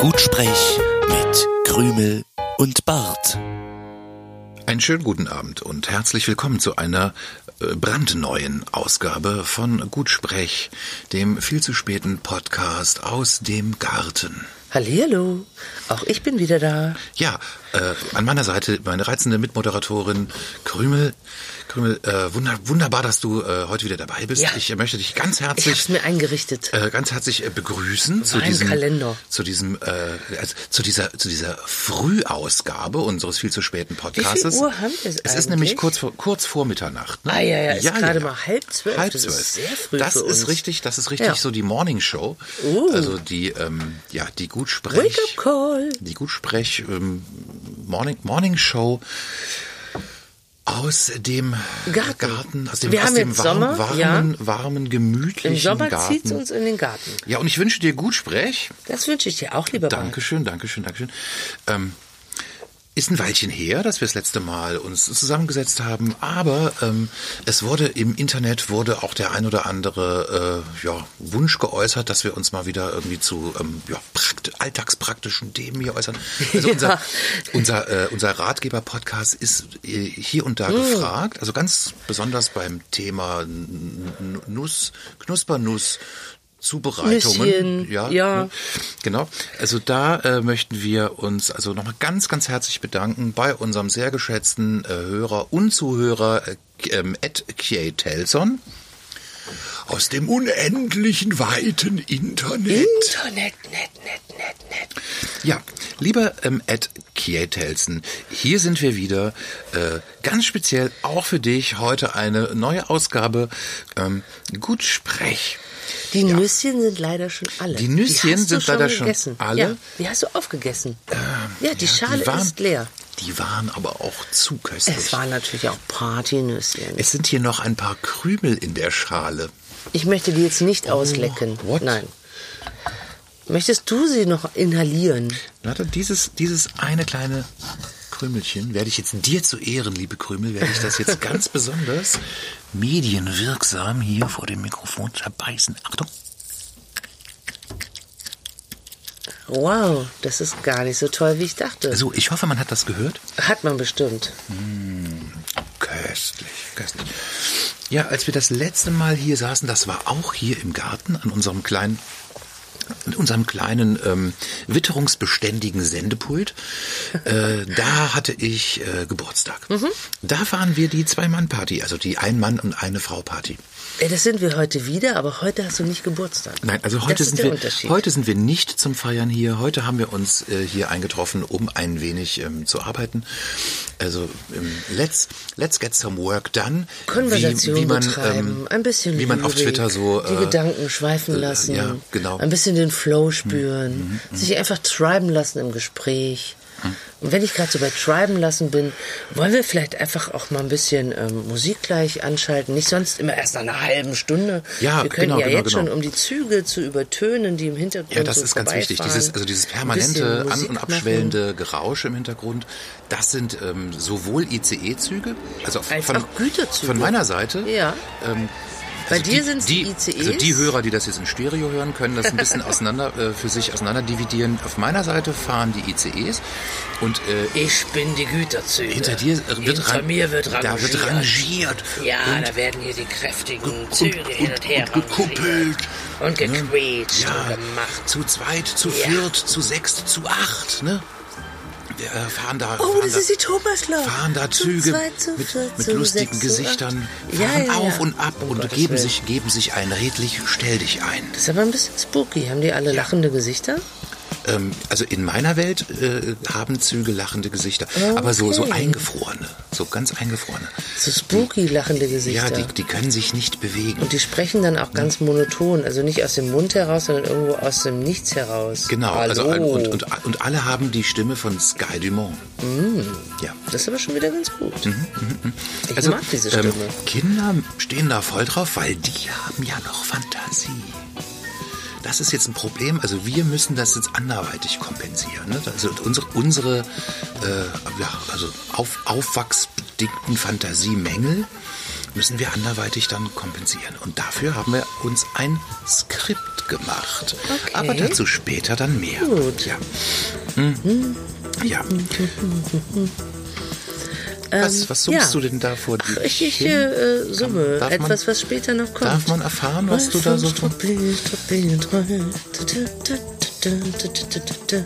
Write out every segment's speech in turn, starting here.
Gutsprech mit Krümel und Bart. Einen schönen guten Abend und herzlich willkommen zu einer äh, brandneuen Ausgabe von Gutsprech, dem viel zu späten Podcast aus dem Garten. Hallihallo, auch ich bin wieder da. Ja, äh, an meiner Seite meine reizende Mitmoderatorin Krümel. Krümel, äh, wunder, wunderbar, dass du äh, heute wieder dabei bist. Ja. Ich möchte dich ganz Ich hab's herzlich mir eingerichtet. äh, ganz herzlich äh, begrüßen zu Mein diesem Kalender. zu diesem äh, also zu dieser zu dieser Frühausgabe unseres viel zu späten Podcasts. Uhr haben wir es Es ist nämlich eigentlich? kurz vor kurz vor Mitternacht. Ne? Ah, ja, ja, ist gerade mal halb zwölf. Halb Das zwölf. ist sehr früh Das für ist uns. richtig. Das ist richtig Ja. so die Morning Show. Oh. Also die ähm, ja die gut Wake sprech up call. die gut sprech ähm, Morning Morning Show. Aus dem Garten. aus dem, Wir aus haben dem jetzt warmen, Sommer, warmen, warmen, gemütlichen Im Sommer Garten. zieht's uns in den Garten. Ja, und ich wünsche dir gut Sprech. Das wünsche ich dir auch, lieber Bart. Dankeschön, Dankeschön, Dankeschön. Ähm, ist ein Weilchen her, dass wir das letzte Mal uns zusammengesetzt haben, aber ähm, es wurde im Internet wurde auch der ein oder andere äh, ja, Wunsch geäußert, dass wir uns mal wieder irgendwie zu ähm, ja, prakt alltagspraktischen Themen hier äußern. Also unser, Ja. unser, äh, unser Ratgeber-Podcast ist äh, hier und da gefragt, also ganz besonders beim Thema N- N- Nuss, Knuspernuss. Zubereitungen. Nüsschen, ja. ne? Genau. Also da äh, möchten wir uns also nochmal ganz, ganz herzlich bedanken bei unserem sehr geschätzten äh, Hörer und Zuhörer äh, ähm, Ed Kjay Telson aus dem unendlichen weiten Internet. Internet, net, net, net, net. Ja, lieber ähm, Ed Kjetelsen, hier sind wir wieder. Äh, ganz speziell auch für dich heute eine neue Ausgabe. Ähm, gut Sprech. Die Nüsschen sind leider schon alle. Die Nüsschen hast du sind leider schon gegessen. alle. Ähm, Ja, die hast du aufgegessen. ja, die Ja, Schale waren- ist leer. Die waren aber auch zu köstlich. Es waren natürlich auch Partynüsschen. Es sind hier noch ein paar Krümel in der Schale. Ich möchte die jetzt nicht auslecken. Oh, what? Nein. Möchtest du sie noch inhalieren? Na, dann dieses, dieses eine kleine Krümelchen werde ich jetzt dir zu Ehren, liebe Krümel, werde ich das jetzt ganz besonders medienwirksam hier vor dem Mikrofon zerbeißen. Achtung. Wow, das ist gar nicht so toll, wie ich dachte. So, ich hoffe, man hat das gehört. Hat man bestimmt. Köstlich, köstlich. Ja, als wir das letzte Mal hier saßen, das war auch hier im Garten an unserem kleinen, an unserem kleinen ähm, witterungsbeständigen Sendepult. Äh, da hatte ich äh, Geburtstag. Da waren wir die Zwei-Mann-Party, also die Ein-Mann- und Eine-Frau-Party. Ey, Äh, das sind wir heute wieder, aber heute hast du nicht Geburtstag. Nein, also heute das ist sind der wir Unterschied. heute sind wir nicht zum Feiern hier. Heute haben wir uns äh, hier eingetroffen, um ein wenig ähm, zu arbeiten. Also ähm, let's let's get some work done. Konversation wie, wie man, betreiben, ähm, ein bisschen wie man auf Lyrik, Twitter so die Gedanken schweifen äh, lassen, Ja, genau. Mhm. ein bisschen den Flow spüren, sich einfach treiben lassen im Gespräch. Und wenn ich gerade so bei treiben lassen bin, wollen wir vielleicht einfach auch mal ein bisschen ähm, Musik gleich anschalten, nicht sonst immer erst nach einer halben Stunde. Ja, wir können genau, ja genau, jetzt genau. schon um die Züge zu übertönen, die im Hintergrund Ja, das so ist ganz wichtig. vorbeifahren, Dieses, also dieses ein permanente bisschen an- und Musik abschwellende Geräusche im Hintergrund, das sind ähm, sowohl ICE-Züge, also Als von, auch Güterzüge. von meiner Seite. Ja. Ähm, Bei dir die- sind's die, die ICEs? Also die Hörer, die das jetzt im Stereo hören, können das ein bisschen auseinander, äh, für sich auseinander dividieren. Auf meiner Seite fahren die ICEs und äh, Ich bin die Güterzüge. hinter dir äh, wird, Hinter ran- mir wird rangiert. da wird rangiert. Ja, da werden hier die kräftigen Züge hin und her und gekuppelt. rangiert Und gequetscht und Ja, gemacht. zu zweit, zu Ja. viert, zu sechst, zu acht, ne? Wir äh, fahren da. Oh, fahren das da, ist die Thomaslau. Fahren da Zu Züge zweit, zu mit, viert, mit zu lustigen sechs, zu Gesichtern. acht. Ja, fahren ja, ja. auf und ab Um und Gottes geben Willen. sich, geben sich ein. Redlich, stell dich ein. Das ist aber ein bisschen spooky. Haben die alle lachende Gesichter? Ähm, also in meiner Welt äh, haben Züge lachende Gesichter, aber so, so Okay. eingefrorene, so ganz eingefrorene. So spooky lachende Ja, Gesichter. die, die können sich nicht bewegen. und die sprechen dann auch ganz monoton, also nicht aus dem Mund heraus, sondern irgendwo aus dem Nichts heraus. Genau, also Hallo. all- und, und, und alle haben die Stimme von Sky Dumont. Mm. Ja. das ist aber schon wieder ganz gut. Ich mag diese ähm, Stimme. Kinder stehen da voll drauf, weil die haben ja noch Fantasie. Das ist jetzt ein Problem. Also wir müssen das jetzt anderweitig kompensieren. Ne? Also unsere, unsere äh, ja, also auf, aufwachsbedingten Fantasiemängel müssen wir anderweitig dann kompensieren. Und dafür haben wir uns ein Skript gemacht. Okay. Aber dazu später dann mehr. Gut. Ja. Mhm. ja. Was, was suchst ja. du denn da vor dir? Ich, ich hin? äh, äh, summe Darf man- etwas, was später noch kommt. Darf man erfahren, was du da so tust?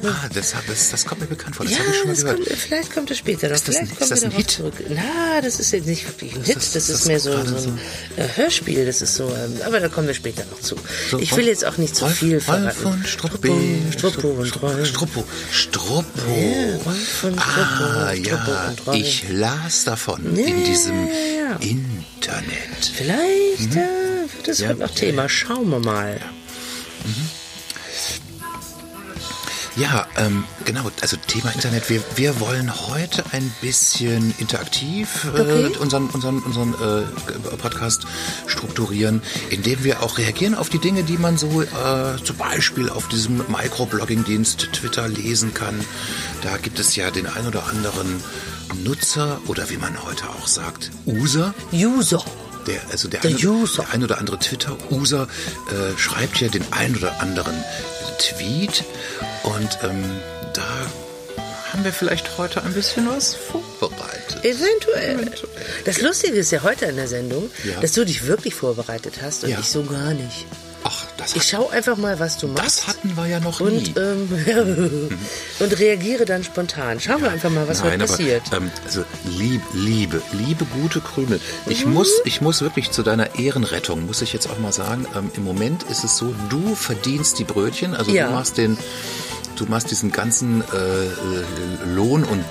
Ah, das, hab- das, das kommt mir bekannt vor. Das Ja, habe ich schon mal das gehört. kommt, vielleicht kommt das später noch. Ist das ein- vielleicht ist das kommen wir ein darauf Hit? zurück. Na, das ist jetzt nicht wirklich ein Hit. das- Das, ist das ist mehr so, so gerade ein äh, Hörspiel. Das ist so, ähm, aber da kommen wir später noch zu. So, ich Rolf- will jetzt auch nicht zu Rolf- viel Rolf verraten. von Struppi. Struppo und Rolf. Struppo. Struppo. Ja, Rolf von Ah, Struppo, ja. Struppo und Rolf. Ich las davon Ja, in ja, diesem ja, ja. Internet. Vielleicht äh, wird das Mhm. Ja. heute noch Thema. Schauen wir mal. Ja, ähm, genau. Also Thema Internet. Wir, wir wollen heute ein bisschen interaktiv äh, Okay. unseren, unseren, unseren äh, Podcast strukturieren, indem wir auch reagieren auf die Dinge, die man so äh, zum Beispiel auf diesem Microblogging-Dienst Twitter lesen kann. Da gibt es ja den ein oder anderen Nutzer oder wie man heute auch sagt, User. User. Der, also der, Der eine, User. der ein oder andere Twitter-User äh, schreibt ja den ein oder anderen Tweet. Und ähm, da haben wir vielleicht heute ein bisschen was vorbereitet. Eventuell. Das Lustige ist ja heute an der Sendung, Ja. dass du dich wirklich vorbereitet hast und Ja. ich so gar nicht. Ach, das, Ich hat, schaue einfach mal, was du machst. das hatten wir ja noch nie. und, ähm, und reagiere dann spontan. Schauen wir einfach mal, was Nein, heute aber, passiert. ähm, also lieb, Liebe, liebe gute Krümel. Ich Mhm. muss, ich muss wirklich zu deiner Ehrenrettung, muss ich jetzt auch mal sagen. Ähm, Im Moment ist es so, du verdienst die Brötchen, also Ja. du machst den, du machst diesen ganzen äh, Lohn- und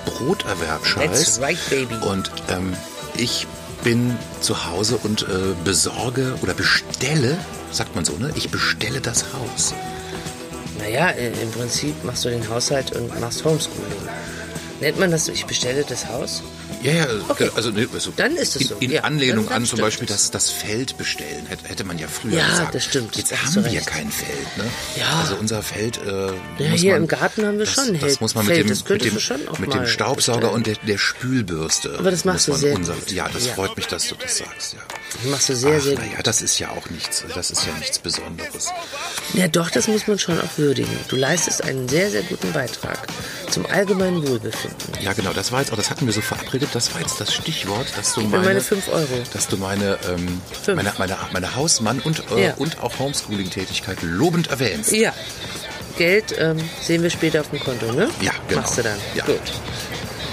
Broterwerbscheiß. That's right, baby. Und ähm, ich bin zu Hause und äh, besorge oder bestelle, sagt man so, ne? Ich bestelle das Haus. naja, äh, im Prinzip machst du den Haushalt und machst Homeschooling. Nennt man das so, ich bestelle das Haus? Ja, ja, Okay. also, nee, also Dann ist es in, so, In ja. Anlehnung Dann- dann an zum stimmt Beispiel das, es. das Feld bestellen, hätte, hätte man ja früher Ja, gesagt. das stimmt, Jetzt da hast haben du wir recht. kein Feld. Ne? Ja. Also unser Feld äh, Ja, muss hier man, im Garten haben wir das, schon ein Das Held- muss man mit Feld, dem, das mit könntest dem, du schon auch mit dem mal Staubsauger bestellen. und der, der Spülbürste. Aber das machst muss du man sehr gut. Ja, das Ja. freut mich, dass du das sagst. Ja. Das machst du sehr, Ach, sehr gut. naja, das ist ja auch nichts. Das ist ja nichts Besonderes. Ja, doch, das muss man schon auch würdigen. Du leistest einen sehr, sehr guten Beitrag zum allgemeinen Wohlbefinden. Ja, genau, das war jetzt auch, das hatten wir so verabredet, das war jetzt das Stichwort, dass du Gib mir meine, meine fünf Euro. Dass du meine, ähm, Fünf. meine, meine, meine Hausmann- und, äh, Ja. und auch Homeschooling-Tätigkeit lobend erwähnst. Ja. Geld ähm, sehen wir später auf dem Konto, ne? Ja, genau. Machst du dann. Ja. Gut.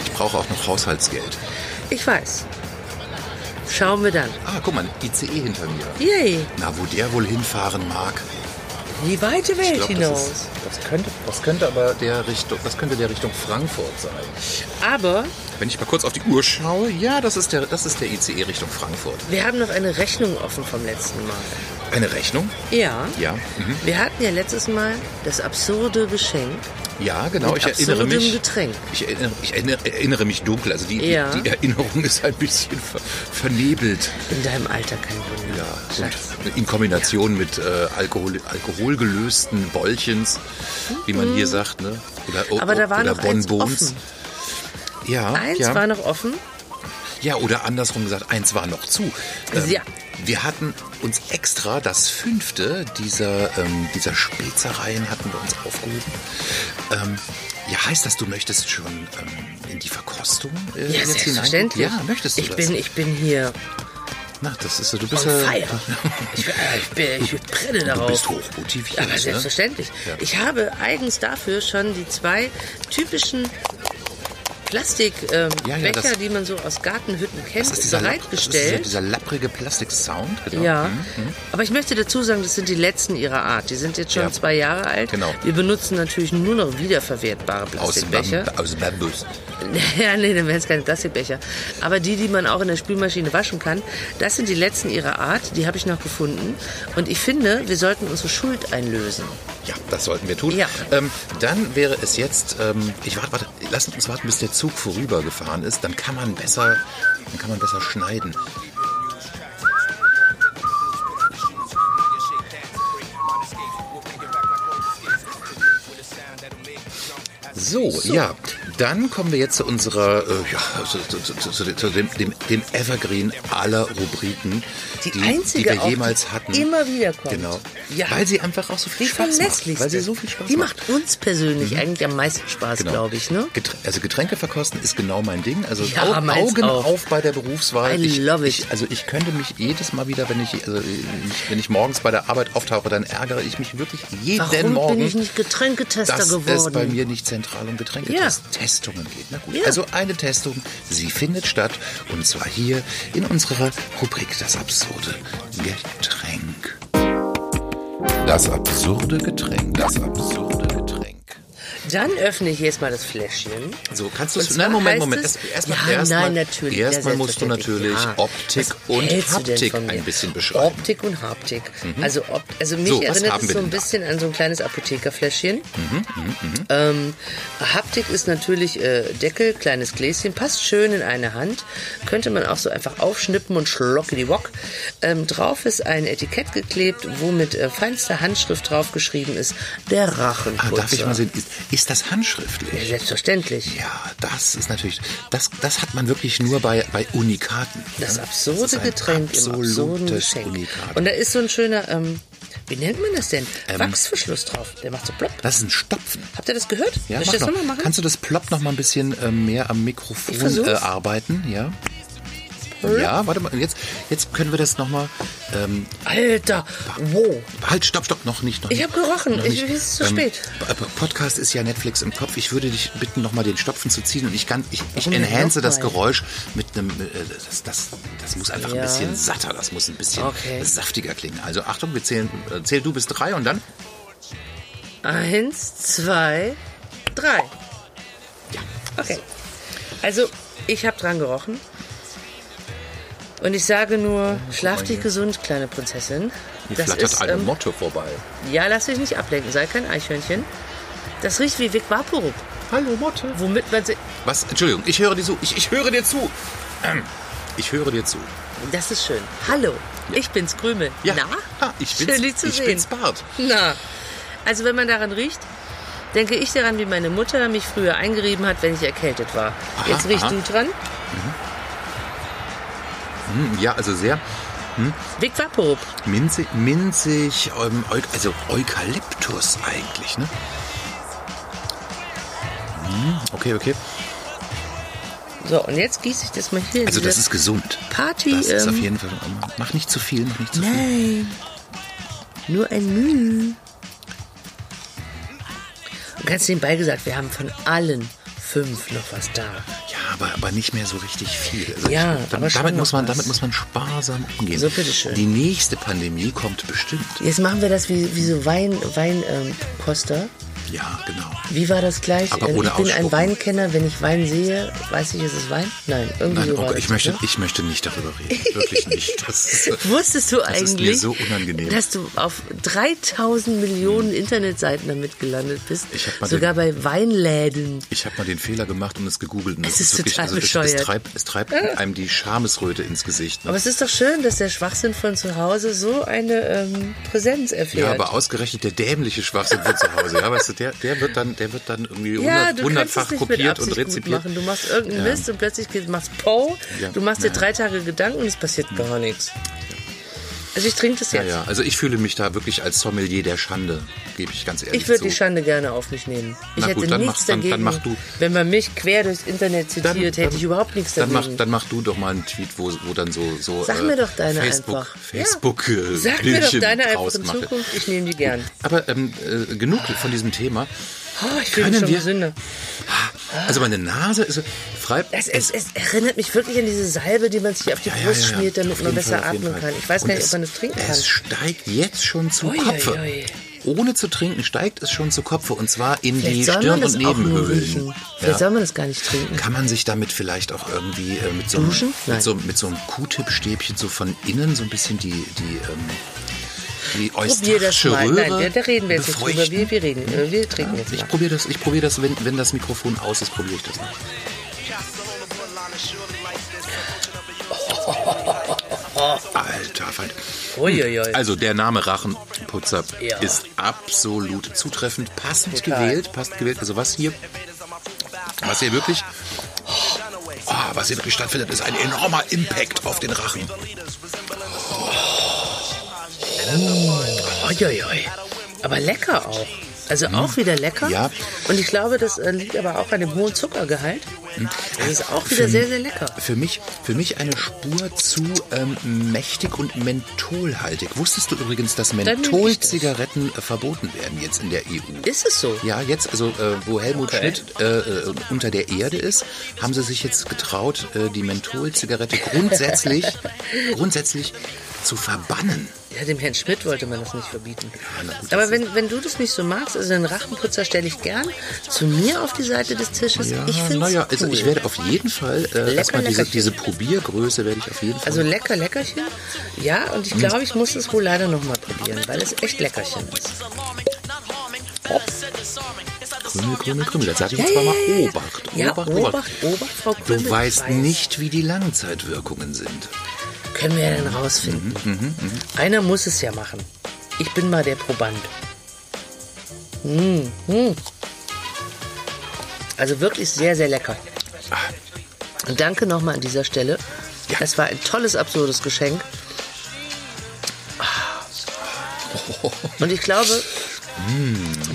Ich brauche auch noch Haushaltsgeld. Ich weiß. Schauen wir dann. Ah, guck mal, ICE hinter mir. Yay. Na, wo der wohl hinfahren mag. Die weite Welt glaub, das hinaus. ist- Das könnte, das könnte aber der Richtung, das könnte der Richtung Frankfurt sein. Aber Wenn ich mal kurz auf die Uhr schaue, ja, das ist der, das ist der ICE Richtung Frankfurt. wir haben noch eine Rechnung offen vom letzten Mal. Eine Rechnung? Ja. Ja. Mhm. Wir hatten ja letztes Mal das absurde Geschenk. Ja, genau. Mit ich erinnere absurdem mich. Getränk. Ich, erinnere, ich erinnere, erinnere mich dunkel. Also die, die- Ja. die Erinnerung ist ein bisschen ver, vernebelt. In deinem Alter kein Wunder. Ja. Schatz. Und in Kombination mit äh, Alkohol, alkoholgelösten Bällchens, wie man hier sagt, ne? Oder, o- Mhm. Aber da war oder noch eins Bonbons. offen. Ja, Eins ja. war noch offen. ja, oder andersrum gesagt, eins war noch zu. Ähm, Ja. Wir hatten uns extra das fünfte dieser, ähm, dieser Spezereien hatten wir uns aufgehoben. Ähm, ja, heißt das, du möchtest schon ähm, in die Verkostung äh, Ja, jetzt selbstverständlich. hineingehen? Ja, möchtest du ich das? Bin, ich bin hier Na, das ist so, du on bist ja- fire. Ich, bin- äh, ich, bin, ich brenne darauf. Du bist hochmotiviert. Aber ne? selbstverständlich. Ja. Ich habe eigens dafür schon die zwei typischen Plastikbecher, ähm, Ja, ja, das- Becher, die man so aus Gartenhütten kennt, Das ist dieser, lapp- das ist dieser, bereitgestellt. dieser lapprige Plastik-Sound. genau. Ja, Mhm. aber ich möchte dazu sagen, das sind die letzten ihrer Art. Die sind jetzt schon Ja. zwei Jahre alt. Genau. Wir benutzen natürlich nur noch wiederverwertbare Aus, Plastikbecher. Bam, aus Bambus. Ja, nee, dann wären es keine Plastikbecher. Aber die, die man auch in der Spülmaschine waschen kann, das sind die letzten ihrer Art. Die habe ich noch gefunden. Und ich finde, wir sollten unsere Schuld einlösen. Ja, das sollten wir tun. Ja. Ähm, dann wäre es jetzt, ähm, ich warte, warte, lass uns warten, bis der Zug vorübergefahren ist. Dann kann man besser, dann kann man besser schneiden. So, ja, Dann kommen wir jetzt zu unserer, äh, ja, zu, zu, zu, zu, zu dem, dem, dem Evergreen aller Rubriken, Die einzige die wir auch, die jemals hatten. immer wieder kommt. Genau. Ja. Weil sie einfach auch so viel Die Spaß macht. verlässlichste. Weil sie so viel Spaß Die macht. Mhm. macht uns persönlich eigentlich am meisten Spaß, Genau. glaube ich. Ne? Geträ- also Getränke verkosten ist genau mein Ding. Also Ja, Au- meins Augen auch. auf bei der Berufswahl. I ich, love it. Ich, also ich könnte mich jedes Mal wieder, wenn ich, also ich, wenn ich morgens bei der Arbeit auftauche, dann ärgere ich mich wirklich jeden Warum Morgen. bin ich nicht Getränketester dass es geworden? bei mir nicht zentral um Getränketestungen geht. Na gut. Ja. Also eine Testung, sie findet statt und zwar hier in unserer Rubrik Das absurde Getränk. Das absurde Getränk. Das absurde Getränk. Dann öffne ich jetzt mal das Fläschchen. So, kannst du Und es. zwar Nein, ne, Moment, heißt Moment. es- Erst- Erstmal ja, erstmal- nein, natürlich. ja, erstmal musst du selbstverständlich, natürlich ja. Optik Was und hältst du denn Haptik von mir? ein bisschen beschreiben. Mhm. Optik und Haptik. Also, ob, also mich So, was erinnert haben es wir so denn ein da? Mhm, bisschen an so ein kleines Apothekerfläschchen. Ähm, Haptik ist natürlich äh, Deckel, kleines Gläschen, passt schön in eine Hand. Könnte man auch so einfach aufschnippen und schlocki die Wok. Ähm, drauf ist ein Etikett geklebt, wo mit äh, feinster Handschrift draufgeschrieben ist, der Ah, Rachenputzer. darf ich mal sehen, ist, ist das handschriftlich? Ja, Selbstverständlich. Ja, das ist natürlich, das, das hat man wirklich nur bei, bei Unikaten. Das ne? absurde ist ein Getränk im absurden absolutes Geschenk. Unikat. Ähm, Und da ist so ein schöner, ähm, wie nennt man das denn? Wachsverschluss drauf. Der macht so plopp. das ist ein Stopfen. Habt ihr das gehört? Ja, Soll ich mach das noch. nochmal machen? Kannst du das Plopp noch mal ein bisschen äh, mehr am Mikrofon Ich versuch's. äh, arbeiten? Ja. Ja, warte mal. und Jetzt, jetzt können wir das noch mal. Ähm, Alter, wow. halt, stopp, stopp, noch nicht. Noch Ich nicht, hab gerochen. noch Ich- nicht. es ist zu spät. P- P- Podcast ist ja Netflix im Kopf. Ich würde dich bitten, noch mal den Stopfen zu ziehen. Und ich kann, ich, ich Warum denn enhance noch das mal? Geräusch mit einem. Äh, das, das, das muss einfach Ja. ein bisschen satter. Das muss ein bisschen Okay. saftiger klingen. Also Achtung, wir zählen. Äh, zähl du bis drei und dann. Eins, zwei, drei. Ja. Okay. Also, ich habe dran gerochen. Und ich sage nur, Oh, schlaf dich gesund, kleine Prinzessin. Hier Das flattert ist, eine ähm, Motte vorbei. ja, lass dich nicht ablenken, sei kein Eichhörnchen. Das riecht wie Vaporup, Hallo Motte. womit man sich... Was? Entschuldigung, ich höre dir zu. Ich, ich höre dir zu. Ähm, Ich höre dir zu. Das ist schön. Hallo, ich bin's Krümel. Na? Ha, Ah, ich bin's, schön, dich zu ich sehen. bin's Bart. Na, also wenn man daran riecht, denke ich daran, wie meine Mutter mich früher eingerieben hat, wenn ich erkältet war. Aha, Jetzt riechst aha. du dran. Hm, Ja, also sehr Big Vaporub. minzig, minzig ähm, Eu also Eukalyptus eigentlich, ne? Hm, Okay, okay. So, und jetzt gieße ich das mal hier in Also das diese ist gesund. Party. Das ist ähm, auf jeden Fall. Mach nicht zu viel, mach nicht zu viel. Nein, nur ein Mühe. Und ganz nebenbei gesagt, wir haben von allen fünf noch was da. Ja, aber, aber nicht mehr so richtig viel. Also Ja, ich, aber schon damit, noch muss man, was. damit muss man sparsam umgehen. So, bitteschön. Die nächste Pandemie kommt bestimmt. Jetzt machen wir das wie, wie so Wein, Wein, ähm, Koster. Ja, genau. Wie war das gleich? Aber Ähm, ohne ich bin ausspucken. ein Weinkenner, wenn ich Wein sehe, weiß ich, ist es Wein? Nein, irgendwie Nein, so oh war Gott, das, ich, möchte, ne? ich möchte nicht darüber reden. Wirklich nicht. Das ist, äh, Wusstest du das eigentlich, ist mir so unangenehm. Hm. dass du auf 3000 Millionen Internetseiten damit gelandet bist? Ich hab mal Sogar bei Weinläden. ich habe mal den Fehler gemacht und es gegoogelt. Und Es ist total also, es, es bescheuert. treibt, es treibt einem die Schamesröte ins Gesicht. Ne? Aber es ist doch schön, dass der Schwachsinn von zu Hause so eine ähm, Präsenz erfährt. Ja, aber ausgerechnet der dämliche Schwachsinn wird zu Hause. Ja, weißt du, der, der, wird dann, der wird dann irgendwie hundert- ja, du kannst es hundertfach nicht mit kopiert Absicht und gut rezipiert. machen. Du machst irgendeinen Ja. Mist und plötzlich geht- machst Po, Ja. du machst dir Ja. Hm. drei Tage Gedanken und es passiert gar nichts. Also ich trinke das Ja, jetzt. ja, also ich fühle mich da wirklich als Sommelier der Schande, gebe ich ganz ehrlich Ich würde zu. die Schande gerne auf mich nehmen. Ich Na hätte gut, dann nichts mach- dann- dann dagegen. mach du. Wenn man mich quer durchs Internet zitiert, Dann- hätte dann- ich überhaupt nichts dann dagegen. mach, dann mach du doch mal einen Tweet, wo, wo dann so, so Sag äh, mir doch deine Facebook, einfach. Facebook äh, ja. Sag mir doch Bildchen deine einfach draus in macht. Zukunft. Ich nehme die gern. Aber ähm, äh, genug von diesem Thema. Oh, ich fühle mich Können schon wir- gesünder. Also meine Nase ist frei. Es, es, es erinnert mich wirklich an diese Salbe, die man sich auf die Ja, ja, Brust ja, ja. schmiert, damit Auf man jeden besser Fall, auf jeden atmen Fall. kann. Ich weiß Und gar nicht, es- ob man das trinken kann. Es steigt jetzt schon zu Ui, Kopfe. ui, ui. Ohne zu trinken steigt es schon zu Kopfe und zwar in die Vielleicht soll man Stirn das und auch nur Nebenhöhlen. riechen. Vielleicht soll man das gar nicht trinken. Kann man sich damit vielleicht auch irgendwie äh, mit, so einem, Duschen? mit, Nein. so, mit so einem Q-Tip-Stäbchen so von innen so ein bisschen die, die, ähm, die Probier das eustachische mal. Röhre Nein, da, da reden wir jetzt nicht drüber. befeuchten? Wir, wir reden. äh, Wir trinken jetzt Ich mal. probiere das, ich probier das wenn, wenn das Mikrofon aus ist, probiere ich das mal. Alter, Feind. Uiuiui. Also der Name Rachenputzer Ja. ist absolut zutreffend, passend Total. gewählt, passend gewählt. Also was hier Was hier wirklich, oh, was hier wirklich stattfindet, ist ein enormer Impact auf den Rachen. Oi, oi, oi. Aber lecker auch. Also auch wieder lecker. Hm. Ja. Und ich glaube, das äh, liegt aber auch an dem hohen Zuckergehalt. Das ist auch wieder sehr, sehr lecker. Für mich, für mich eine Spur zu ähm, mächtig und mentholhaltig. Wusstest du übrigens, dass nehme ich das. Mentholzigaretten äh, verboten werden jetzt in der EU? Ist es so? Ja, jetzt, also äh, wo Helmut Schmidt äh, äh, unter der Erde ist, haben sie sich jetzt getraut, äh, die Mentholzigarette grundsätzlich, grundsätzlich zu verbannen. Ja, dem Herrn Schmidt wollte man das nicht verbieten. na gut, das Aber wenn, wenn du das nicht so magst, also den Rachenputzer stelle ich gern zu mir auf die Seite des Tisches. ich finde naja, cool. also ich werde auf jeden Fall äh, erstmal diese, leckerchen. diese Probiergröße werde ich auf jeden Fall. also lecker, leckerchen. Ja, Hm. und ich glaube, ich muss es wohl leider nochmal probieren, weil es echt leckerchen ist. Krümel, Krümel, Krümel. Jetzt sage ich Ja, jetzt ja, mal ja, ja, ja. Obacht, Ja, Obacht, Obacht, Obacht, Frau Krümel. Du ich weißt nicht, wie die Langzeitwirkungen sind. Können wir ja dann rausfinden. Einer muss es ja machen. Ich bin mal der Proband. Mm, mm. Also wirklich sehr, sehr lecker. Und danke nochmal an dieser Stelle. Ja. Es war ein tolles, absurdes Geschenk. Und ich glaube,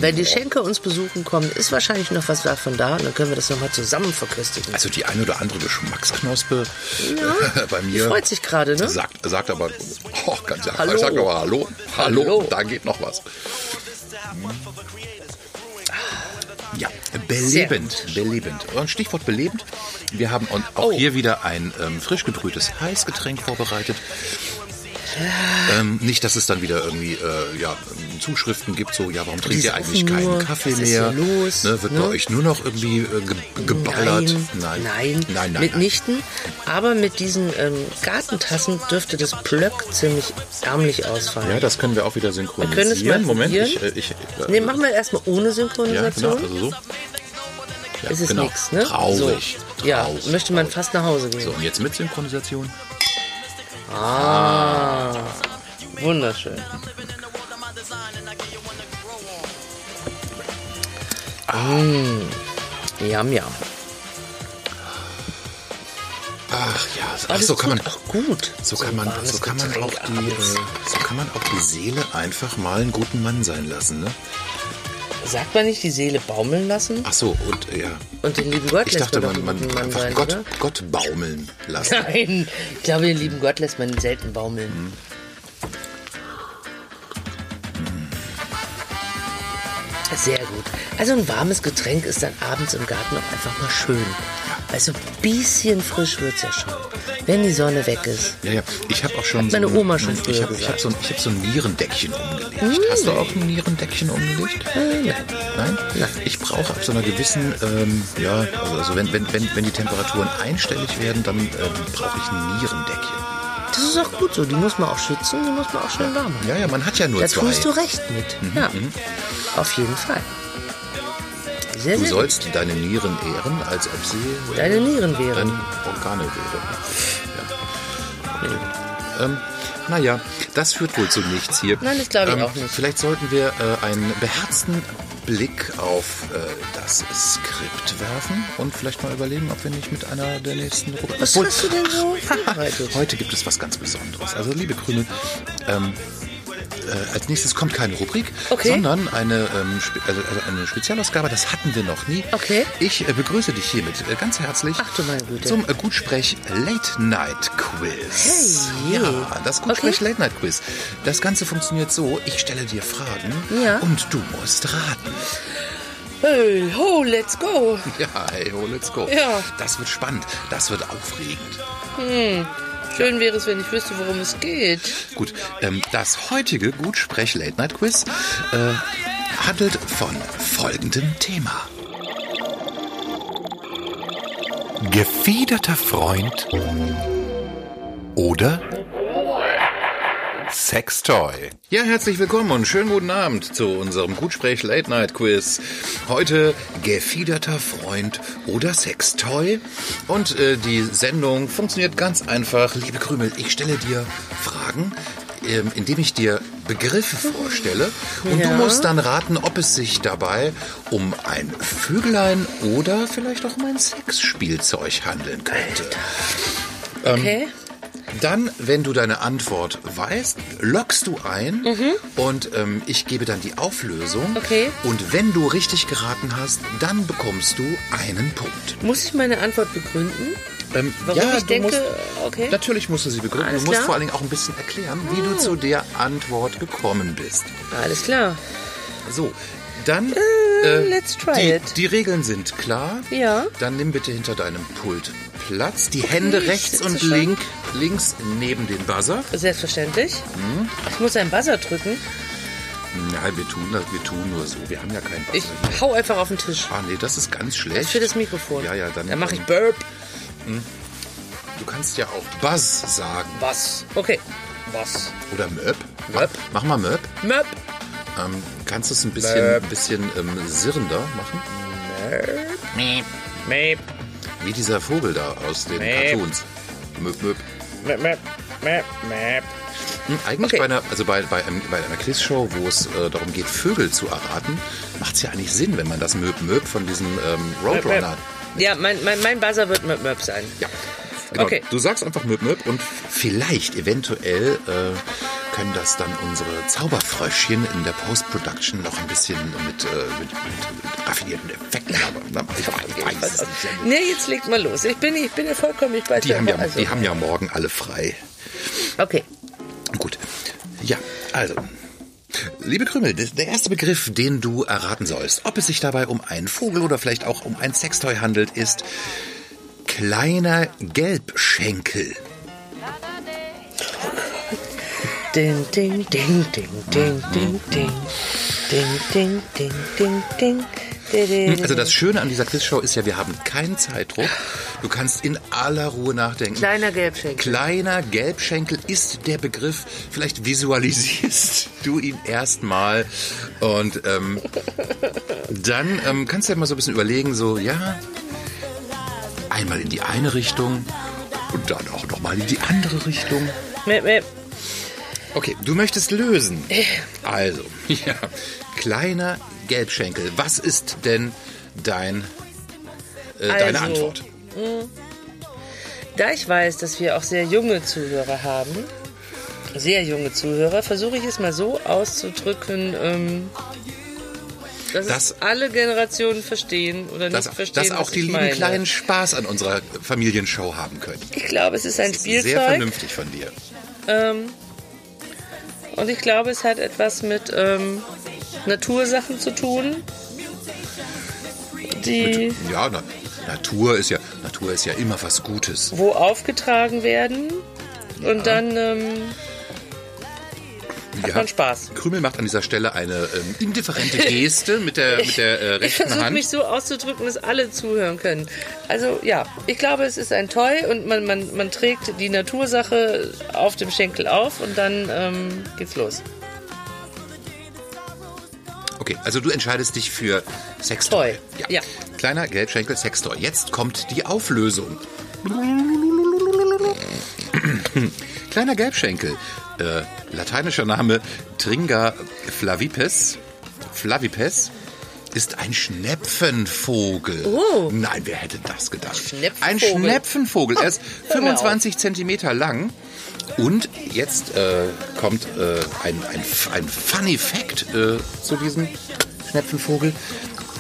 wenn die Schenker uns besuchen kommen, ist wahrscheinlich noch was davon da. Und dann können wir das nochmal zusammen verköstigen. Also die eine oder andere Geschmacksknospe äh, bei mir. freut sich gerade, ne? Sagt, sagt aber, oh, ganz ja, Hallo. sagt aber hallo, hallo, Hallo. da geht noch was. Ja, Sehr Oh. belebend, belebend. Und Stichwort belebend. Wir haben und auch hier wieder ein ähm, frisch gebrühtes Heißgetränk vorbereitet. Ähm, nicht, dass es dann wieder irgendwie äh, ja, ähm, Zuschriften gibt, so, ja, warum trinkt Die ihr eigentlich saufen keinen nur, Kaffee was ist mehr? hier los, ne, wird bei ne? euch nur noch irgendwie äh, ge geballert? Nein, nein, nein. nein, nein. mitnichten. Aber mit diesen ähm, Gartentassen dürfte das Plöck ziemlich ärmlich ausfallen. Ja, das können wir auch wieder synchronisieren. Wir können es mal Moment, ich, äh, probieren. ich äh, nee, machen wir erstmal ohne ja, genau, Synchronisation. also so. Ja, es ist genau. nichts, ne? Traurig. So. Ja, traurig, möchte man traurig. fast nach Hause gehen. So, und jetzt mit Synchronisation. Ah, wunderschön. Mm, Yam, yam. Ach ja, Ah, ach, das so kann man tut auch gut. so kann man warmes so kann man auch Getränk die äh, abends. so kann man auch die Seele einfach mal einen guten Mann sein lassen, ne? Sagt man nicht, die Seele baumeln lassen? Ach so, und äh, ja, Und den lieben Gott ich lässt dachte, man, doch man, man einen guten Mann einfach sein, Gott, oder? Gott baumeln lassen. Nein, ich glaube, den lieben Gott lässt man selten Mhm. baumeln. Sehr gut. Also ein warmes Getränk ist dann abends im Garten auch einfach mal schön. Also ein bisschen frisch wird es ja schon, wenn die Sonne weg ist. Ja, ja. Ich habe auch schon. meine so ein- Oma schon Ich früher habe hab gesagt. Hm. so, ein- ich hab so ein Nierendeckchen umgelegt. Hast du auch ein Nierendeckchen umgelegt? Äh, nein. Nein? Ich brauche ab so einer gewissen, ähm, ja, also, also wenn, wenn, wenn, wenn die Temperaturen einstellig werden, dann ähm, brauche ich ein Nierendeckchen. Das ist auch gut so. Die muss man auch schützen, die muss man auch schön warm haben. Ja, ja, man hat ja nur Da zwei. Mhm, tust du recht mit. ja, auf jeden Fall. Sehr, Du sehr gut. sollst deine Nieren ehren, als ob sie äh, Deine Nieren wären. deine Organe wären. Ja. Ähm, naja, das führt wohl zu nichts hier. Ähm, Nein, das glaube ich auch nicht. Vielleicht sollten wir äh, einen beherzten Blick auf äh, das Skript werfen und vielleicht mal überlegen, ob wir nicht mit einer der nächsten Rubriken. Was hast du denn so vorbereitet? Heute gibt es was ganz Besonderes. Also, liebe Grüne, ähm, äh, als nächstes kommt keine Rubrik, Okay. sondern eine, ähm, spe also also eine Spezialausgabe. Das hatten wir noch nie. Okay. Ich äh, begrüße dich hiermit äh, ganz herzlich Ach du meine Güte. zum äh, Gutsprech Late Night Quiz. Hey, je. ja, das Gutsprech Okay. Late Night Quiz. Das Ganze funktioniert so: Ich stelle dir Fragen Ja. und du musst raten. Hey, ho, let's go. Ja, hey, ho, let's go. Ja. Das wird spannend. Das wird aufregend. Schön wäre es, wenn ich wüsste, worum es geht. Gut, ähm, das heutige Gutsprech Late Night Quiz äh, handelt von folgendem Thema. Gefiederter Freund oder Sextoy. Ja, herzlich willkommen und schönen guten Abend zu unserem Gutsprech Late Night Quiz. Heute gefiederter Freund oder Sextoy. Und äh, die Sendung funktioniert ganz einfach. Liebe Krümel, ich stelle dir Fragen. ähm, indem ich dir Begriffe vorstelle und du Ja. musst dann raten, ob es sich dabei um ein Vögelein oder vielleicht auch um ein Sexspielzeug handeln könnte. Okay. Dann, wenn du deine Antwort weißt, lockst du ein und ähm, ich gebe dann die Auflösung. Mhm. Okay. Und wenn du richtig geraten hast, dann bekommst du einen Punkt. Muss ich meine Antwort begründen? Ähm, Warum ja, ich du denke, musst, okay. Natürlich musst du sie begründen. Alles du musst klar. Ah. vor allen Dingen auch ein bisschen erklären, wie du zu der Antwort gekommen bist. Alles klar. So, dann. Äh, äh, let's try die, it. Die Regeln sind klar. Ja. Dann nimm bitte hinter deinem Pult Platz. Die Hände ich rechts sitze und schon. link, links neben den Buzzer. Selbstverständlich. Ich muss einen Buzzer drücken. Nein, wir tun, das- wir tun nur so. Wir haben ja keinen Buzzer. Ich hier. hau einfach auf den Tisch. Ah, nee, das ist ganz schlecht. Für das Mikrofon. Ja, ja, dann. Dann mache ich ähm, Burp. Du kannst ja auch Buzz sagen. Was? Okay. Was? Oder Möb. Möb. Mach mal Möb. Möp. Ähm, kannst du es ein bisschen, bisschen ähm, sirrender machen? Möb. Mäp. Wie dieser Vogel da aus den Möb. Cartoons. Möb, möb. Mäp. Mäp. Mäp. Mäp. Hm, Eigentlich Okay. bei einer, also bei, bei, einem, bei einer Quizshow, wo es äh, darum geht, Vögel zu erraten, macht es ja eigentlich Sinn, wenn man das Möb, möb von diesem ähm, Roadrunner. Ja, mein, mein, mein Buzzer wird Möp Möp sein. Ja. Genau. Okay. Du sagst einfach Möb Möb und vielleicht, eventuell, äh, können das dann unsere Zauberfröschchen in der Post-Production noch ein bisschen mit, äh, mit, mit, mit raffinierten Effekten haben. Na, Ich weiß es nicht. Ne, jetzt legt mal los. Ich bin, ich bin ja vollkommen, ich weiß Die haben, ja, also- die haben ja morgen alle frei. Okay. Gut. Ja, also. Liebe Krümel, das- der erste Begriff, den du erraten sollst, ob es sich dabei um einen Vogel oder vielleicht auch um ein Sextoy handelt, ist kleiner Gelbschenkel. Ding, ding, ding, ding, ding, ding, ding. Ding, ding, ding, ding, ding. Ding, Also das Schöne an dieser Quizshow ist ja, wir haben keinen Zeitdruck. Du kannst in aller Ruhe nachdenken. Kleiner Gelbschenkel. Kleiner Gelbschenkel ist der Begriff. Vielleicht visualisierst du ihn erstmal und ähm, dann ähm, kannst du ja mal so ein bisschen überlegen, so ja, einmal in die eine Richtung und dann auch nochmal in die andere Richtung. Mäp, Mäp. Okay, du möchtest lösen. Äh. Also, ja, kleiner Gelbschenkel. Was ist denn dein, äh, deine Also, Antwort? Da ich weiß, dass wir auch sehr junge Zuhörer haben, sehr junge Zuhörer, versuche ich es mal so auszudrücken, ähm, dass Dass- es alle Generationen verstehen oder Dass, nicht verstehen, dass auch was die ich lieben meine. Kleinen Spaß an unserer Familienshow haben können. Ich glaube, es ist ein Sehr Spielzeug vernünftig von dir. ähm, und ich glaube, es hat etwas mit ähm, Natursachen zu tun, die Ja, na, Natur ist ja Natur ist ja immer was Gutes. wo aufgetragen werden und dann ähm, hat Ja. man Spaß. Krümel macht an dieser Stelle eine ähm, indifferente Geste mit der mit der äh, Ich rechten versuche mich Hand. so auszudrücken, dass alle zuhören können. Also ja, ich glaube, es ist ein Toy und man, man, man trägt die Natursache auf dem Schenkel auf und dann ähm, geht's los. Okay, also du entscheidest dich für Sextoy. Toy, ja. Kleiner Gelbschenkel Sextoy. Jetzt kommt die Auflösung. Kleiner Gelbschenkel. Äh, lateinischer Name Tringa flavipes. Flavipes ist ein Schnepfenvogel. Oh. Nein, wer hätte das gedacht? Schnepfenvogel. Ein Schnepfenvogel. Er ist hör mir auf. 25 Zentimeter lang. Und jetzt äh, kommt äh, ein, ein, ein Funny Fact äh, zu diesem Schnepfenvogel.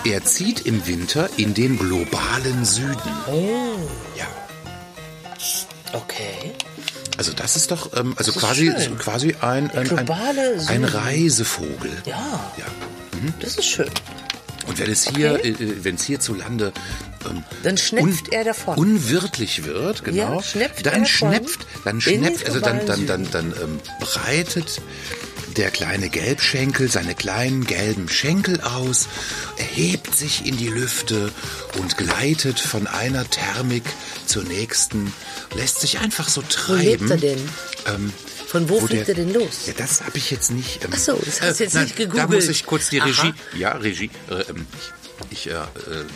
Er zieht im Winter in den globalen Süden. Oh. Ja. Okay. Also das ist doch ähm, also quasi, schön. quasi ein, ein, ein, globale ein Süden. Reisevogel. Ja. ja. Das ist schön. Und wenn es hier, äh, wenn es hierzulande ähm, Dann schnepft er davon. unwirtlich wird, genau, Ja, schnepft er dann davon schnepft, dann in schnepft, den also dann, dann, globalen dann, dann ähm, breitet der kleine Gelbschenkel seine kleinen gelben Schenkel aus, erhebt sich in die Lüfte und gleitet von einer Thermik zur nächsten, lässt sich einfach so treiben. lebt er denn? Ähm, Von wo, wo fliegt der- er denn los? ja, das habe ich jetzt nicht. Ähm, Ach so, das hast du jetzt nicht Da muss gegoogelt. ich kurz die Aha. Regie. Ja, Regie. Äh, ähm, Ich äh, äh,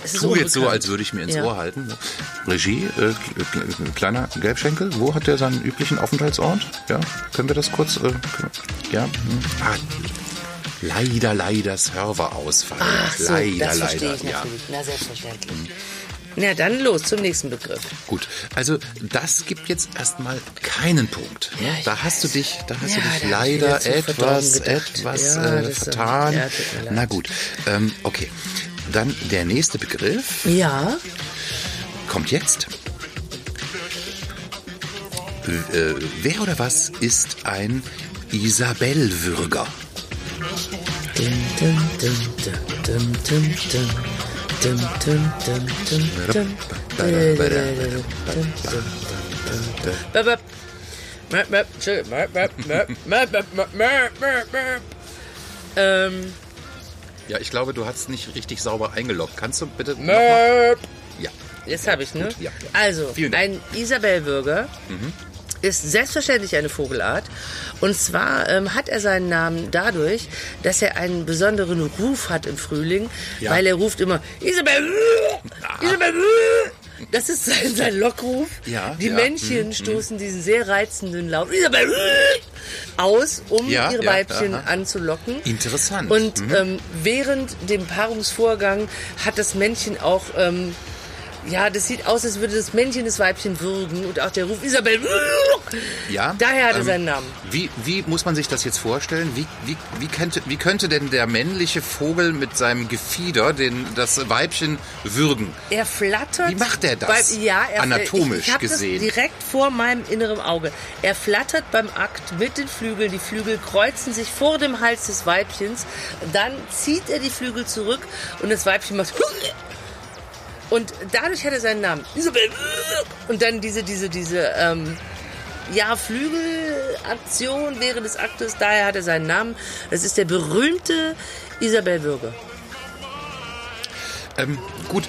Es ist tue jetzt unbekannt. so, als würde ich mir ins Ja. Ohr halten. ne? Regie, äh, k- kleiner Gelbschenkel, wo hat der seinen üblichen Aufenthaltsort? Ja, können wir das kurz? Äh, können wir- ja. hm. Ah, leider, leider Serverausfall. Ach so, leider, das verstehe leider. ich ja. natürlich. Na, selbstverständlich. Na, dann los zum nächsten Begriff. Gut, also das gibt jetzt erstmal keinen Punkt. Ja, ich da hast du weiß. dich, da hast du Ja, dich da hab ich wieder leider zu verdorben etwas, gedacht. etwas Ja, äh, das ist- vertan. ja, tut mir leid. Na gut, ähm, okay. Dann der nächste Begriff Ja, kommt jetzt. W- Äh, wer oder was ist ein Isabellwürger? Dum, dum, dum, dum, dum, dum, dum. Dum, dum, dum, dum, dum. Bäp, bäp. Bäp, bäp, Entschuldigung. Bäp, bäp, bäp, bäp, bäp, bäp, bäp, bäp, bäp. Ähm, Ja, ich glaube, du hast nicht richtig sauber eingeloggt. Kannst du bitte nochmal? bäp. Ja. Jetzt habe ich, ne? Gut, ja, ja. Also, Vielen Dank. Mhm. ein Isabellwürger ist selbstverständlich eine Vogelart. Und zwar ähm, hat er seinen Namen dadurch, dass er einen besonderen Ruf hat im Frühling, Ja. Ah. weil er ruft immer Isabel, Isabel. Das ist sein, sein Lockruf. Ja, die ja, Mhm, Männchen stoßen diesen sehr reizenden Laut Isabel aus, um Ja, ihre ja, Weibchen aha. anzulocken. Interessant. Mhm. Und ähm, während dem Paarungsvorgang hat das Männchen auch, ähm, ja, das sieht aus, als würde das Männchen das Weibchen würgen und auch der Ruf Isabel. Ja. Daher hat er ähm, seinen Namen. Wie, wie muss man sich das jetzt vorstellen? Wie, wie, wie, könnte, wie könnte denn der männliche Vogel mit seinem Gefieder den, das Weibchen würgen? Er flattert. Wie macht er das? Beim, ja, er, Anatomisch ich, ich hab gesehen. Das direkt vor meinem inneren Auge. Er flattert beim Akt mit den Flügeln. Die Flügel kreuzen sich vor dem Hals des Weibchens. Dann zieht er die Flügel zurück und das Weibchen macht. Und dadurch hat er seinen Namen. Isabel. Und dann diese, diese, diese, ähm, ja, Flügelaktion während des Aktes. Daher hat er seinen Namen. Das ist der berühmte Isabel Bürger. Ähm, gut.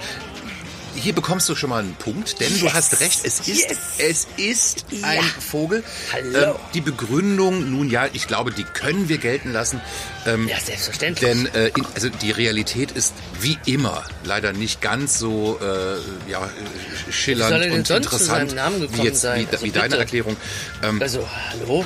Hier bekommst du schon mal einen Punkt, denn du Yes. hast recht, es ist, Yes. es ist Ja. ein Vogel. Ähm, Hallo. die Begründung, nun ja, ich glaube, die können wir gelten lassen. Ähm, Ja, selbstverständlich. Denn äh, in, also die Realität ist wie immer leider nicht ganz so äh, ja, äh, schillernd Wie soll er denn und sonst zu interessant seinem Namen wie, gekommen jetzt, sein? wie, Also wie bitte. deine Erklärung. Ähm, Also, hallo?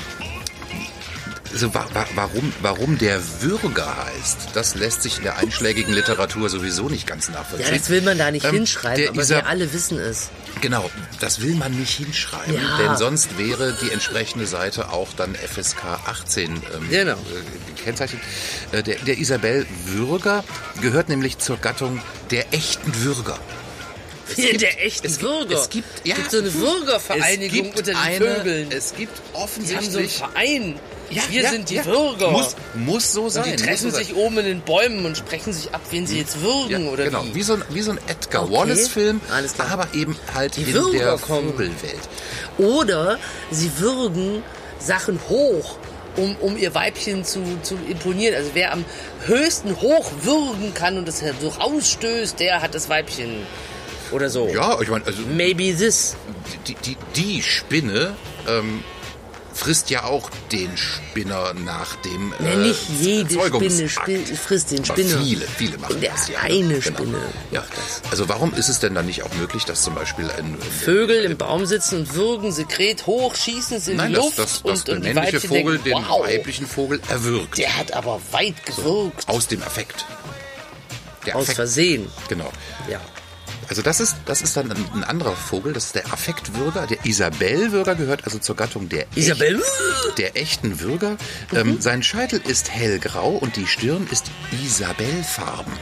also, wa wa warum, warum der Würger heißt, das lässt sich in der einschlägigen Literatur sowieso nicht ganz nachvollziehen. Ja, das will man da nicht Ähm, hinschreiben, der aber Isa- wir alle wissen es. Genau, das will man nicht hinschreiben, Ja. denn sonst wäre die entsprechende Seite auch dann FSK 18 ähm, Genau. äh, gekennzeichnet. Äh, der, der Isabel Würger gehört nämlich zur Gattung der echten Würger. gibt- der echten es gibt- Würger. es gibt- ja. Hm. so eine Es Würgervereinigung gibt unter den eine, Vögeln. Es gibt die haben so einen offensichtlich... Verein. Ja, Wir ja, sind die ja. Würger. Muss, muss so sein. die muss treffen so sein. sich oben in den Bäumen und sprechen sich ab, wen sie jetzt würgen Ja, oder genau, wie. wie so ein, wie so ein Edgar Okay. Wallace-Film, Alles klar. aber eben halt Die in Würger der kommen. Vogelwelt. Oder sie würgen Sachen hoch, um, um ihr Weibchen zu, zu imponieren. Also wer am höchsten hoch würgen kann und das so rausstößt, der hat das Weibchen. Oder so. Ja, ich meine, also Maybe this. die, die, die Spinne ähm, frisst ja auch den Spinner nach dem äh, Ja, nicht jede Erzeugungsakt. Spinne spi- frisst den Aber Spinner. Viele, viele machen Der das. Ja, eine genau. Spinne Ja. macht das. Also warum ist es denn dann nicht auch möglich, dass zum Beispiel ein... Vögel im Baum sitzen und würgen Sekret hoch, schießen es in Nein, die dass, Luft dass, dass und, der und die männliche Weibchen Vogel denken, den wow, weiblichen Vogel erwürgt. der hat aber weit gewürgt. Aus dem Affekt. Der Aus Versehen. Genau. Ja. Also das ist, das ist dann ein, ein anderer Vogel, das ist der Affektwürger. Der Isabellwürger gehört also zur Gattung der Isabel? der echten Würger. Mhm. Ähm, sein Scheitel ist hellgrau und die Stirn ist Isabellfarben.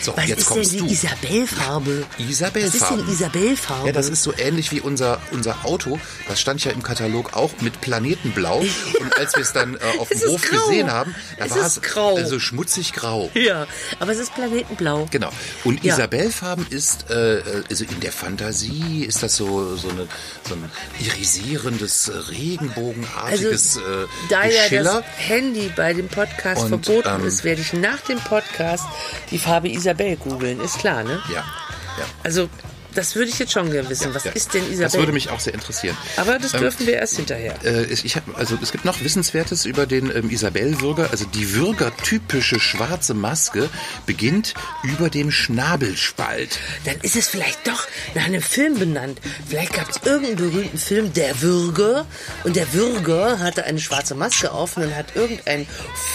So, Was jetzt ist denn kommst die du. Isabellfarbe? Was ist denn Isabellfarben. Isabellfarbe? ja, das ist so ähnlich wie unser, unser Auto. Das stand ja im Katalog auch mit Planetenblau. Und als wir es dann äh, auf Es dem ist Hof grau. gesehen haben, da Es war ist es grau. also schmutzig grau. ja, aber es ist planetenblau. Genau. Und Ja. Isabellfarben ist, äh, äh, also in der Fantasie ist das so, so, eine, so ein irisierendes, äh, regenbogenartiges äh, Also, da ja Schiller. das Handy bei dem Podcast Und, verboten ähm, ist, werde ich nach dem Podcast die Farbe Isabel googeln. Ist klar, ne? Ja, ja. Also Das würde ich jetzt schon gerne wissen. Was Ja. ist denn Isabel? Das würde mich auch sehr interessieren. Aber das Ähm, dürfen wir erst hinterher. Äh, es- ich hab, also es gibt noch Wissenswertes über den ähm, Isabel-Würger. Also die würgertypische schwarze Maske beginnt über dem Schnabelspalt. Dann ist es vielleicht doch nach einem Film benannt. Vielleicht gab es irgendeinen berühmten Film, Der Würger. Und der Würger hatte eine schwarze Maske auf und dann hat irgendein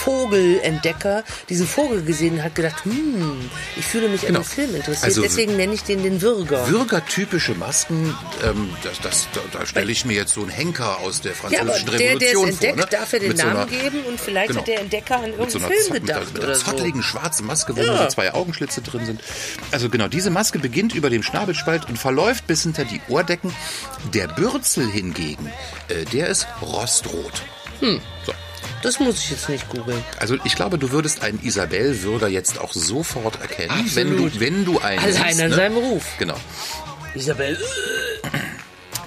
Vogelentdecker diesen Vogel gesehen und hat gedacht, hm, ich fühle mich an dem Film interessiert. Also- Deswegen nenne ich den den Würger. Bürgertypische Masken, ähm, das, das, da, da stelle ich mir jetzt so einen Henker aus der ja, aber französischen der, der es Revolution entdeckt, vor. Ne? darf er den Mit so Namen einer- geben und vielleicht Genau. hat der Entdecker an mit so irgendeinen einer, Film Zot- gedacht mit einer oder so. zotteligen schwarzen Maske, wo Ja. nur so zwei Augenschlitze drin sind. Also genau, diese Maske beginnt über dem Schnabelspalt und verläuft bis hinter die Ohrdecken. Der Bürzel hingegen, äh, der ist rostrot. So. Das muss ich jetzt nicht googeln. Also ich glaube, du würdest einen Isabel-Würger jetzt auch sofort erkennen, Absolut. wenn du, wenn du einen Allein siehst, an seinem Ruf. Genau. Isabel,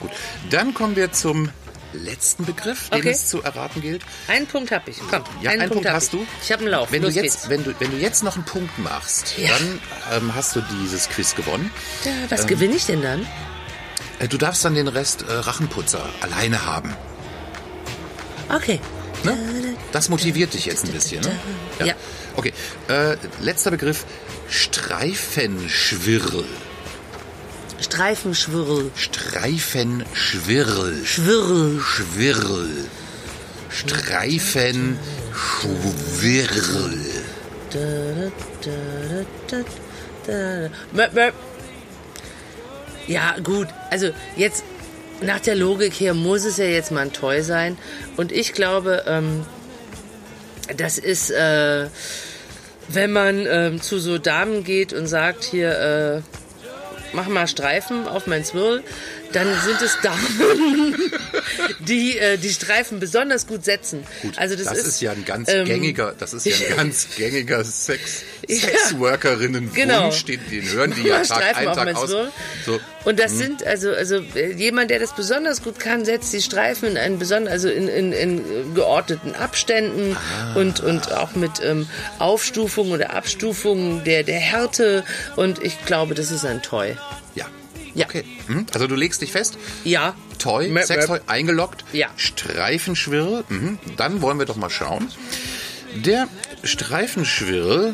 Gut. Dann kommen wir zum letzten Begriff, den Okay. es zu erraten gilt. einen Punkt habe ich. Komm, Ja, einen, Punkt hab hast ich. du. Ich habe einen Lauf. Wenn du, Los jetzt, geht's. wenn, du, wenn du jetzt noch einen Punkt machst, Ja. dann ähm, hast du dieses Quiz gewonnen. Ja, ähm, was gewinne ich denn dann? Äh, Du darfst dann den Rest äh, Rachenputzer alleine haben. Okay. Ne? Das motiviert dich jetzt ein bisschen. Ne? Ja. Okay, äh, letzter Begriff. Streifenschwirl. Streifenschwirl. Streifenschwirl. Schwirl. Schwirl. Streifenschwirl. Da, da, da, da, da, da. Möp, möp. Ja, gut. Also jetzt nach der Logik her muss es ja jetzt mal ein Toy sein. Und ich glaube, ähm, das ist, äh, wenn man ähm, zu so Damen geht und sagt hier, äh, mach mal Streifen auf mein Zwirl, dann sind es Damen, die äh, die Streifen besonders gut setzen. Gut, also das, das, ist, ja ein ganz ähm, gängiger, das ist ja ein ganz gängiger Sex, Sexworkerinnen Genau. Wunsch, den, den hören die Mach ja mal Tag Streifen ein auf Tag mein aus. Zwirn. So, Und Mhm. das sind, also, also äh, jemand, der das besonders gut kann, setzt die Streifen in einen besonderen, also in, in, in geordneten Abständen Ah. und, und auch mit ähm, Aufstufungen oder Abstufungen der, der Härte. Und ich glaube, das ist ein Toy. ja. Ja. Okay. Hm? Also du legst dich fest. Ja. Toy, Mäp, mäp. Sextoy, eingeloggt. Ja. Streifenschwirr. Mhm. Dann wollen wir doch mal schauen. Der Streifenschwirr,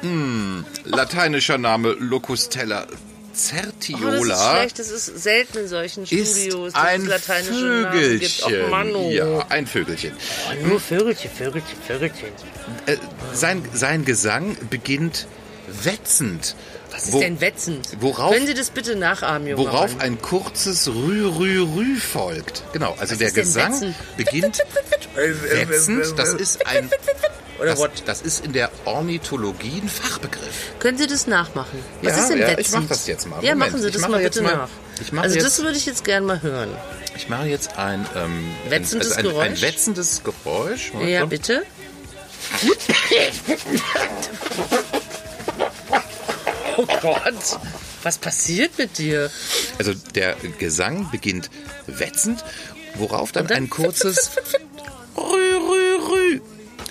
hm, lateinischer Name Locustella Oh, das ist certiola, schlecht, das ist selten in solchen ist, Studios, dass ein es lateinische Namen gibt. Vögelchen. Och, Mann, oh. ja, ein Vögelchen. Nur Vögelchen, Vögelchen, Vögelchen. Äh, sein, sein Gesang beginnt wetzend. Was ist denn wetzend? worauf- Können Sie das bitte nachahmen, junger Worauf Mann? ein kurzes Rü, Rü, Rü folgt. Genau, also Was der ist denn Gesang wetzend? beginnt wetzend. Das ist ein. Oder das, what? das ist in der Ornithologie ein Fachbegriff. Können Sie das nachmachen? Was Ja, ist denn ja, ich wetzend? mach das jetzt mal. Ja, Moment, machen Sie ich das mache mal jetzt bitte mal- nach. ich mache also jetzt- das würde ich jetzt gerne mal hören. Ich mache jetzt ein. Ähm, ein- Wetzendes also ein, Ein Geräusch? wetzendes Geräusch. Moment, Ja, komm. bitte. oh Gott. Was passiert mit dir? Also der Gesang beginnt wetzend, worauf dann, dann- ein kurzes Rü, Rü, Rü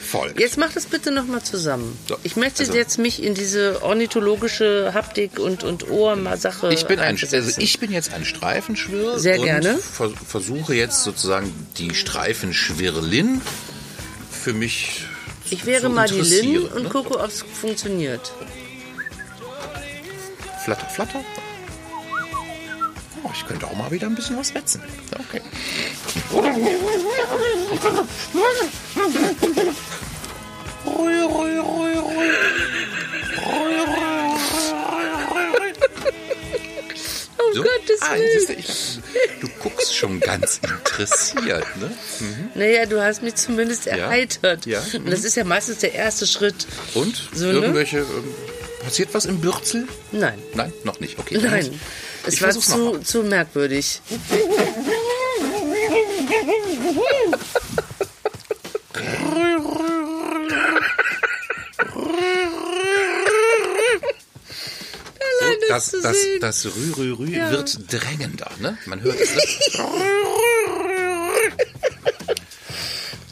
folgt. Jetzt mach das bitte nochmal zusammen. So, ich möchte also- jetzt mich in diese ornithologische Haptik und, und Ohr-Sache Ich bin, ein, also einversetzen. ich bin jetzt ein Streifenschwirr Sehr und gerne. Ver versuche jetzt sozusagen die Streifenschwirlin für mich Ich wäre zu mal die Lin interessieren, und ne? gucke, ob es funktioniert. Flatter, flatter. Oh, ich könnte auch mal wieder ein bisschen was wetzen. Okay. Rui, rui, rui, rui. Rui, rui, rui, rui, rui. Oh So. Gottes ah, Willen. siehst du, ich, du guckst schon ganz interessiert, ne? Naja, du hast mich zumindest erheitert. ja, Mhm. Und das ist ja meistens der erste Schritt. Und? So, ne? Irgendwelche. Ähm, passiert was im Bürzel? Nein. Nein, noch nicht. Okay. dann muss- Nein. Es Ich war versuch's noch zu, zu merkwürdig. Allein das, Das, zu das, sehen. das Rü, Rü, Rü Ja. wird drängender, ne? Man hört es. Ne?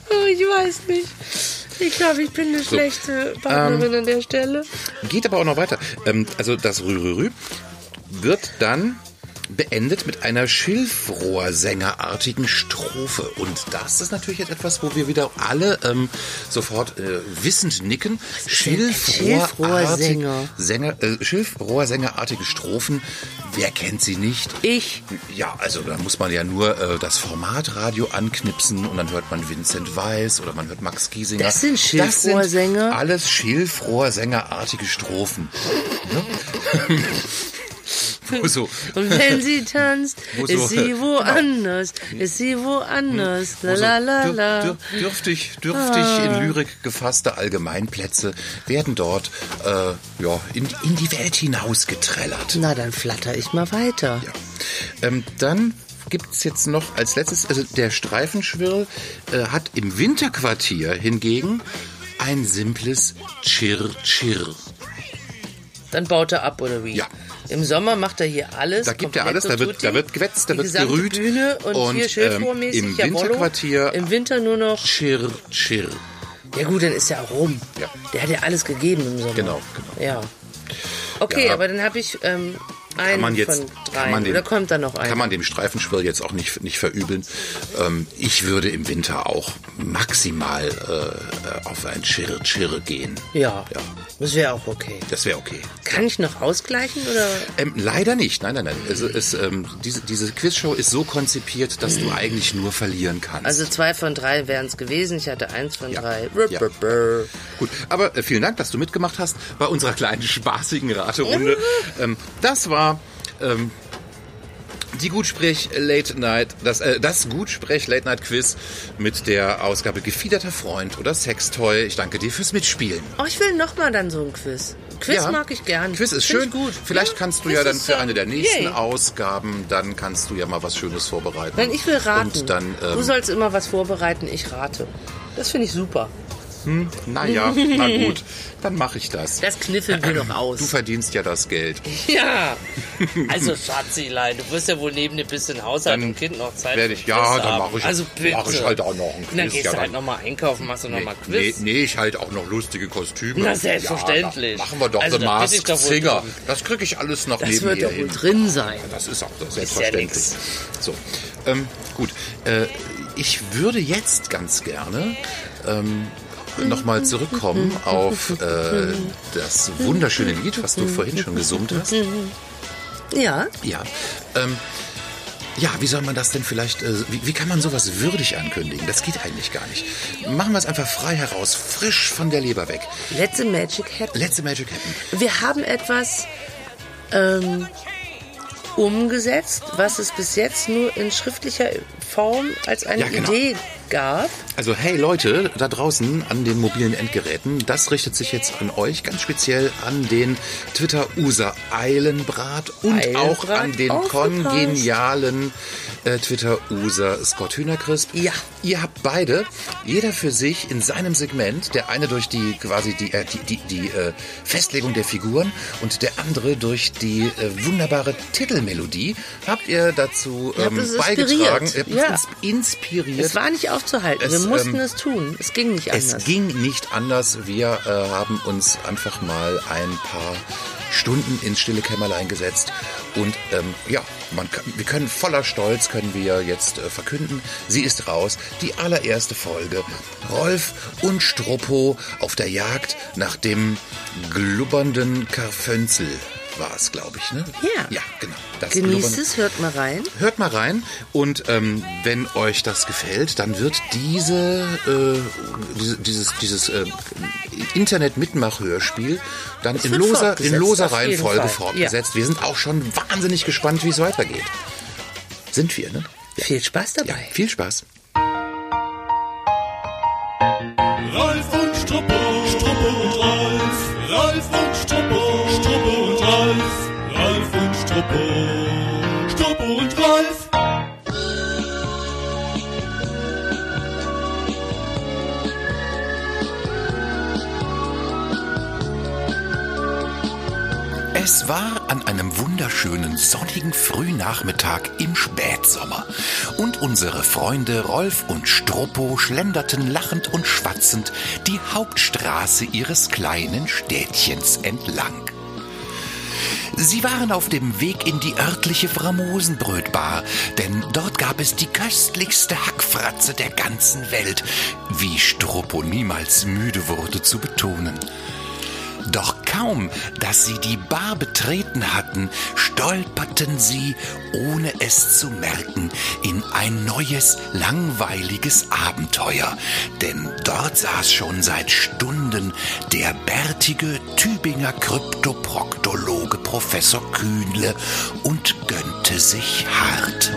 Oh, ich weiß nicht. Ich glaube, ich bin eine schlechte Partnerin an der Stelle. Geht aber auch noch weiter. Ähm, also das Ähm, Rü, Rü, Rü wird dann beendet mit einer Schilfrohrsängerartigen Strophe. Und das ist natürlich jetzt etwas, wo wir wieder alle ähm, sofort äh, wissend nicken. Schilfrohrartig, Schilfrohrsänger? Sänger, äh, Schilfrohrsängerartige Strophen, wer kennt sie nicht? Ich. Ja, also da muss man ja nur äh, das Formatradio anknipsen und dann hört man Vincent Weiss oder man hört Max Giesinger. Das sind Schilfrohrsänger? Das sind alles Schilfrohrsängerartige Strophen. Ne? Wo so, Und wenn sie tanzt, Wo so- ist sie woanders, ist sie woanders. La la la dür- la. Ah. dür- Dürftig, dürftig in Lyrik gefasste Allgemeinplätze werden dort äh, ja, in, in die Welt hinausgetrellert. Na, dann flatter ich mal weiter. Ja. Ähm, dann gibt es jetzt noch als letztes, also der Streifenschwirr äh, hat im Winterquartier hingegen ein simples Chirr-Chirr. Dann baut er ab, oder wie? Ja. Im Sommer macht er hier alles. Da gibt er alles, komplett da und wird- tutti. da wird gewetzt, da Die wird gesamte gerüht. Bühne und, Und, hier ähm, schilfrohrmäßig, im jawollo. Winterquartier- Im Winter nur noch. Chirr-Chirr. Ja, gut, dann ist er rum. Ja. Der hat ja alles gegeben im Sommer. Genau, genau. Ja. Okay, Ja. aber dann habe ich ähm, einen Kann man jetzt, von kann man dreien. dem, Oder kommt da noch ein? Kann man dem Streifenschwirr jetzt auch nicht, nicht verübeln. Ähm, ich würde im Winter auch maximal äh, auf ein Chirr-Chirr gehen. ja. Ja. Das wäre auch okay. Das wäre okay. Kann ich noch ausgleichen oder? Ähm, leider nicht. Nein, nein, nein. Also es, ähm, diese, diese Quizshow ist so konzipiert, dass du eigentlich nur verlieren kannst. Also zwei von drei wären es gewesen. Ich hatte eins von Ja. drei. Ja. Gut, aber äh, vielen Dank, dass du mitgemacht hast bei unserer kleinen spaßigen Raterunde. ähm, das war ähm, die Gutsprech Late Night, das, äh, das Gutsprech Late Night Quiz mit der Ausgabe Gefiederter Freund oder Sextoy. Ich danke dir fürs Mitspielen. Oh, ich will noch mal dann so ein Quiz. Quiz Ja. mag ich gern. Quiz ist Find schön. ich gut. Vielleicht kannst du Quiz ja dann ist, für äh, eine der nächsten yay. Ausgaben, dann kannst du ja mal was Schönes vorbereiten. Nein, ich will raten. Und dann, du ähm, sollst immer was vorbereiten, ich rate. Das finde ich super. naja, na gut, dann mache ich das. Das kniffeln wir noch Äh, Du aus. verdienst ja das Geld. Ja. Also Schatzilein, du wirst ja wohl neben dem bisschen Haushalt Dann und Kind noch Zeit werde für ich- Quiz ja, dann haben. mache ich- also bitte. mache ich halt auch noch einen Und dann Quiz, gehst ja, du halt dann- nochmal einkaufen, machst du nochmal Nee, Quiz. nee, ich halt auch noch lustige Kostüme. Na, selbstverständlich. Ja, da machen wir doch Also, The da bin ich Masked doch wohl Singer. drin. Das kriege ich alles noch Das neben wird ihr doch wohl hin. drin sein. Ja, Das ist auch Ist selbstverständlich. ja so, ähm, gut. Äh, ich würde jetzt ganz gerne ähm, nochmal zurückkommen auf äh, das wunderschöne Lied, was du vorhin schon gesummt hast. Ja. Ja. Ähm, ja, wie soll man das denn vielleicht, äh, wie, wie kann man sowas würdig ankündigen? Das geht eigentlich gar nicht. Machen wir es einfach frei heraus, frisch von der Leber weg. Letzte Magic Hat. Letzte Magic Happen. Wir haben etwas ähm, umgesetzt, was es bis jetzt nur in schriftlicher Form als eine Ja, genau. Idee gab. Also hey Leute, da draußen an den mobilen Endgeräten, das richtet sich jetzt an euch, ganz speziell an den Twitter-User Eilenbrat und Eilenbrat auch an den aufgepasst. kongenialen äh, Twitter-User Scott Hühnercrisp. Ja. Ihr habt beide, jeder für sich in seinem Segment, der eine durch die quasi die, äh, die, die, die äh, Festlegung der Figuren und der andere durch die äh, wunderbare Titelmelodie, habt ihr dazu Ihr habt ähm, uns beigetragen, inspiriert. ihr Ja. habt uns inspiriert. Es war nicht aufzuhalten. Es, Wir mussten ähm, es tun. Es ging nicht Es anders. ging nicht anders. Wir äh, haben uns einfach mal ein paar Stunden ins stille Kämmerlein gesetzt und ähm, ja, man, kann- wir können voller Stolz können wir jetzt äh, verkünden, sie ist raus, die allererste Folge. Rolf und Struppo auf der Jagd nach dem glubbernden Karfönzel war es, glaube ich, ne? Ja. Ja, genau. Das Genießt glubbernde- es, hört mal rein. Hört mal rein und ähm, wenn euch das gefällt, dann wird diese, äh, diese dieses, dieses äh, Internet-Mitmach-Hörspiel dann in wird loser, in fortgesetzt, loser auf jeden Reihenfolge Fall. fortgesetzt. Wir sind auch schon wahnsinnig gespannt, wie es weitergeht. Sind wir, ne? Viel Spaß Ja, dabei. viel Spaß. Rolf und Struppo, Struppo und Rolf, Rolf und Struppo, Struppo und Rolf, Rolf und Struppo, Struppo und Rolf. Es war an einem wunderschönen sonnigen Frühnachmittag im Spätsommer und unsere Freunde Rolf und Struppo schlenderten lachend und schwatzend die Hauptstraße ihres kleinen Städtchens entlang. Sie waren auf dem Weg in die örtliche Framosenbrötbar, denn dort gab es die köstlichste Hackfratze der ganzen Welt, wie Struppo niemals müde wurde zu betonen. Doch kaum, dass sie die Bar betreten hatten, stolperten sie, ohne es zu merken, in ein neues, langweiliges Abenteuer. Denn dort saß schon seit Stunden der bärtige Tübinger Kryptoproktologe Professor Kühnle und gönnte sich hart.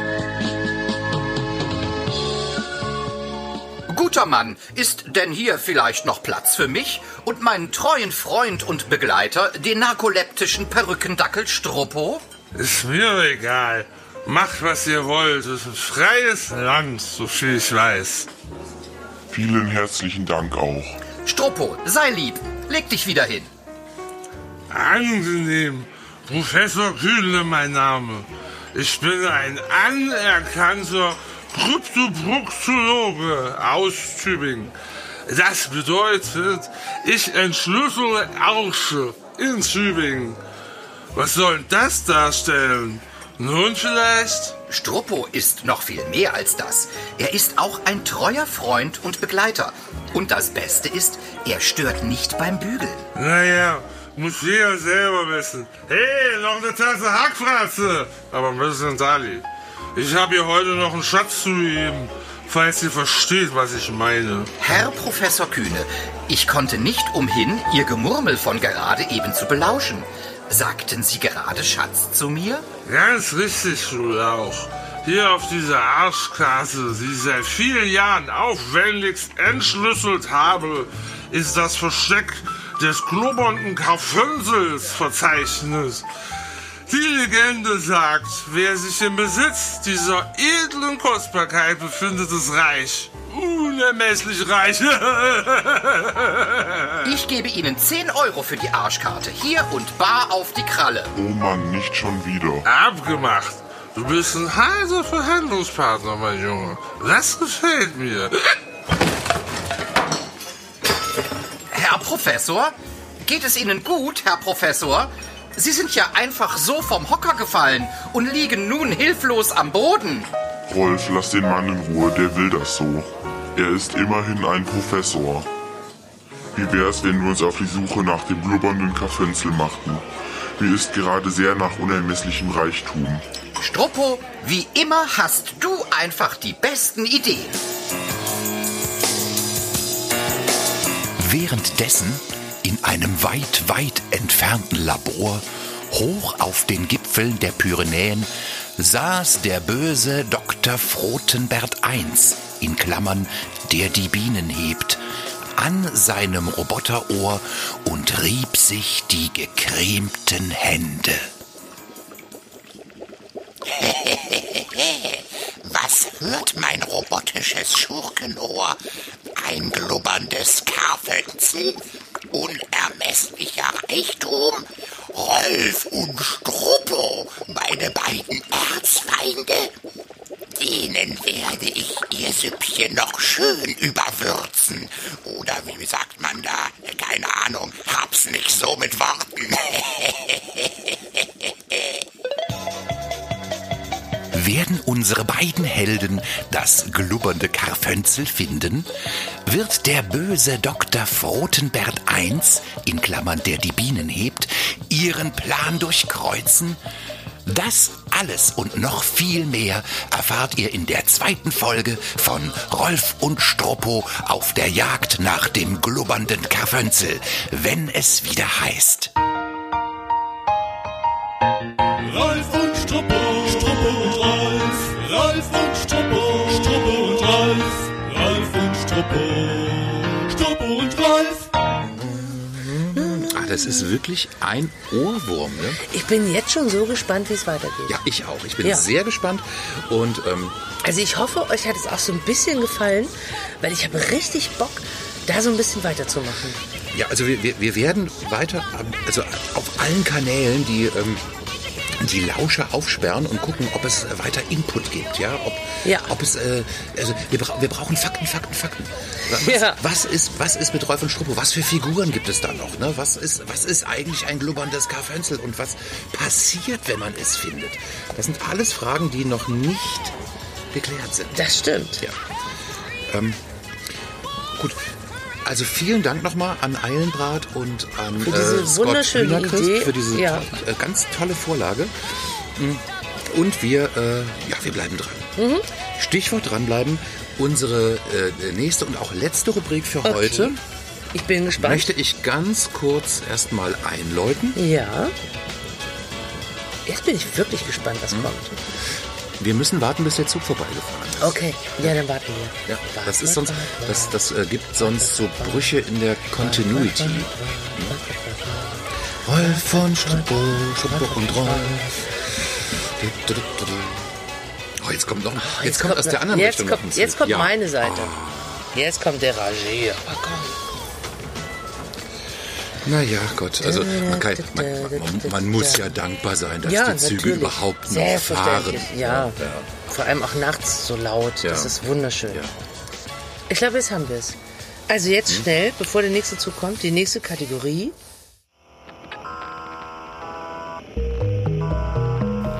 Guter Mann, ist denn hier vielleicht noch Platz für mich und meinen treuen Freund und Begleiter, den narkoleptischen Perückendackel Struppo? Ist mir egal. Macht, was ihr wollt. Es ist ein freies Land, so viel ich weiß. Vielen herzlichen Dank auch. Struppo, sei lieb, leg dich wieder hin. Angenehm. Professor Kühle, mein Name. Ich bin ein anerkannter Kryptoproxologe aus Tübingen. Das bedeutet, ich entschlüssele Arsche in Tübingen. Was soll das darstellen? Nun vielleicht? Struppo ist noch viel mehr als das. Er ist auch ein treuer Freund und Begleiter. Und das Beste ist, er stört nicht beim Bügeln. Naja, muss jeder selber wissen. Hey, noch eine Tasse Hackfratze! Aber ein bisschen Dali. Ich habe hier heute noch einen Schatz zu ihm, falls ihr versteht, was ich meine. Herr Professor Kühne, ich konnte nicht umhin, Ihr Gemurmel von gerade eben zu belauschen. Sagten Sie gerade Schatz zu mir? Ganz richtig, du Lauch. Hier auf dieser Arschkasse, die ich seit vielen Jahren aufwendigst entschlüsselt habe, ist das Versteck des klobernden Karfünsels verzeichnet. Die Legende sagt, wer sich im Besitz dieser edlen Kostbarkeit befindet, ist reich. Unermesslich reich. Ich gebe Ihnen 10 Euro für die Arschkarte. Hier und bar auf die Kralle. Oh Mann, nicht schon wieder. Abgemacht. Du bist ein heiser Verhandlungspartner, mein Junge. Das gefällt mir. Herr Professor? Geht es Ihnen gut, Herr Professor? Sie sind ja einfach so vom Hocker gefallen und liegen nun hilflos am Boden. Rolf, lass den Mann in Ruhe, der will das so. Er ist immerhin ein Professor. Wie wär's, wenn wir uns auf die Suche nach dem blubbernden Karfenzel machten? Mir ist gerade sehr nach unermesslichem Reichtum. Struppo, wie immer hast du einfach die besten Ideen. Währenddessen in einem weit, weit entfernten Labor, hoch auf den Gipfeln der Pyrenäen, saß der böse Dr. Frotenbert I, in Klammern, der die Bienen hebt, an seinem Roboterohr und rieb sich die gecremten Hände. Was hört mein robotisches Schurkenohr? Ein glubberndes Karfenzel? Unermesslicher Reichtum? Rolf und Struppo, meine beiden Erzfeinde? Denen werde ich ihr Süppchen noch schön überwürzen. Oder wie sagt man da? Keine Ahnung, hab's nicht so mit Worten. Werden unsere beiden Helden das glubbernde Karfönzel finden? Wird der böse Dr. Frotenbert I, in Klammern, der die Bienen hebt, ihren Plan durchkreuzen? Das alles und noch viel mehr erfahrt ihr in der zweiten Folge von Rolf und Struppo auf der Jagd nach dem glubbernden Karfönzel, wenn es wieder heißt. Ralf und Struppo, Struppo und Ralf, Ralf und Struppo, Struppo und Ralf, Ralf und Struppo, Struppo und Ralf. Ah, das ist wirklich ein Ohrwurm, ne? Ich bin jetzt schon so gespannt, wie es weitergeht. Ja, ich auch. Ich bin Ja. sehr gespannt und ähm, Also ich hoffe, euch hat es auch so ein bisschen gefallen, weil ich habe richtig Bock, da so ein bisschen weiterzumachen. Ja, also wir, wir, wir werden weiter, ähm, also auf allen Kanälen, die ähm, die Lauscher aufsperren und gucken, ob es äh, weiter Input gibt. Ja, ob, Ja. ob es, äh, also wir, bra wir brauchen Fakten, Fakten, Fakten. Was, Ja. was, ist, was ist mit Rolf und Struppo? Was für Figuren gibt es da noch? Ne? Was, ist, was ist eigentlich ein blubberndes Karfenzel? Und was passiert, wenn man es findet? Das sind alles Fragen, die noch nicht geklärt sind. Das stimmt. Ja. Ähm, gut. Also vielen Dank nochmal an Eilenbrat und an Für diese äh, Scott wunderschöne Hühnerchrist Idee. für diese Ja. to- äh, ganz tolle Vorlage. Mm. Und wir, äh, ja, wir bleiben dran. Mhm. Stichwort dranbleiben. Unsere äh, nächste und auch letzte Rubrik für heute Ich bin gespannt. möchte ich ganz kurz erstmal einläuten. Ja. Jetzt bin ich wirklich gespannt, Hm? was kommt. Wir müssen warten, bis der Zug vorbeigefahren ist. Okay, ja, dann warten wir. Ja, das ist sonst, das, das äh, gibt sonst so Brüche in der Continuity. Hm? Rolf von Struppo, Struppo und Rolf. Du, du, du, du, du. Oh, jetzt kommt noch, jetzt, kommt, aus der anderen Ah, jetzt Richtung noch ein kommt, Zug. Jetzt kommt Ja. Ah. meine Seite. Jetzt kommt der Ragé. Aber komm. Naja, Gott, also man, kann, man, man, man muss ja dankbar sein, dass Ja, die Züge natürlich. überhaupt noch fahren. Selbstverständlich. Ja. Vor allem auch nachts so laut. Ja. Das ist wunderschön. Ja. Hm? Ich glaube, jetzt haben wir es. Also jetzt schnell, bevor der nächste Zug kommt, die nächste Kategorie.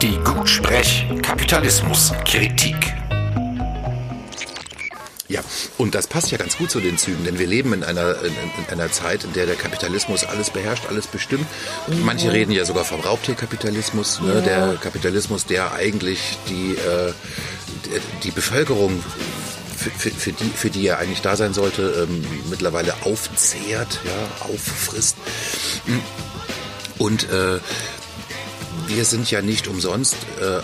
Die Gutsprech Kapitalismus Kritik. Ja, und das passt ja ganz gut zu den Zügen, denn wir leben in einer, in, in einer Zeit, in der der Kapitalismus alles beherrscht, alles bestimmt. Manche reden ja sogar vom Raubtierkapitalismus, ne? der Kapitalismus, der eigentlich die, äh, die- die Bevölkerung, für, für, für, die, für die er eigentlich da sein sollte, ähm, mittlerweile aufzehrt, ja, auffrisst. Und äh, wir sind ja nicht umsonst äh, äh,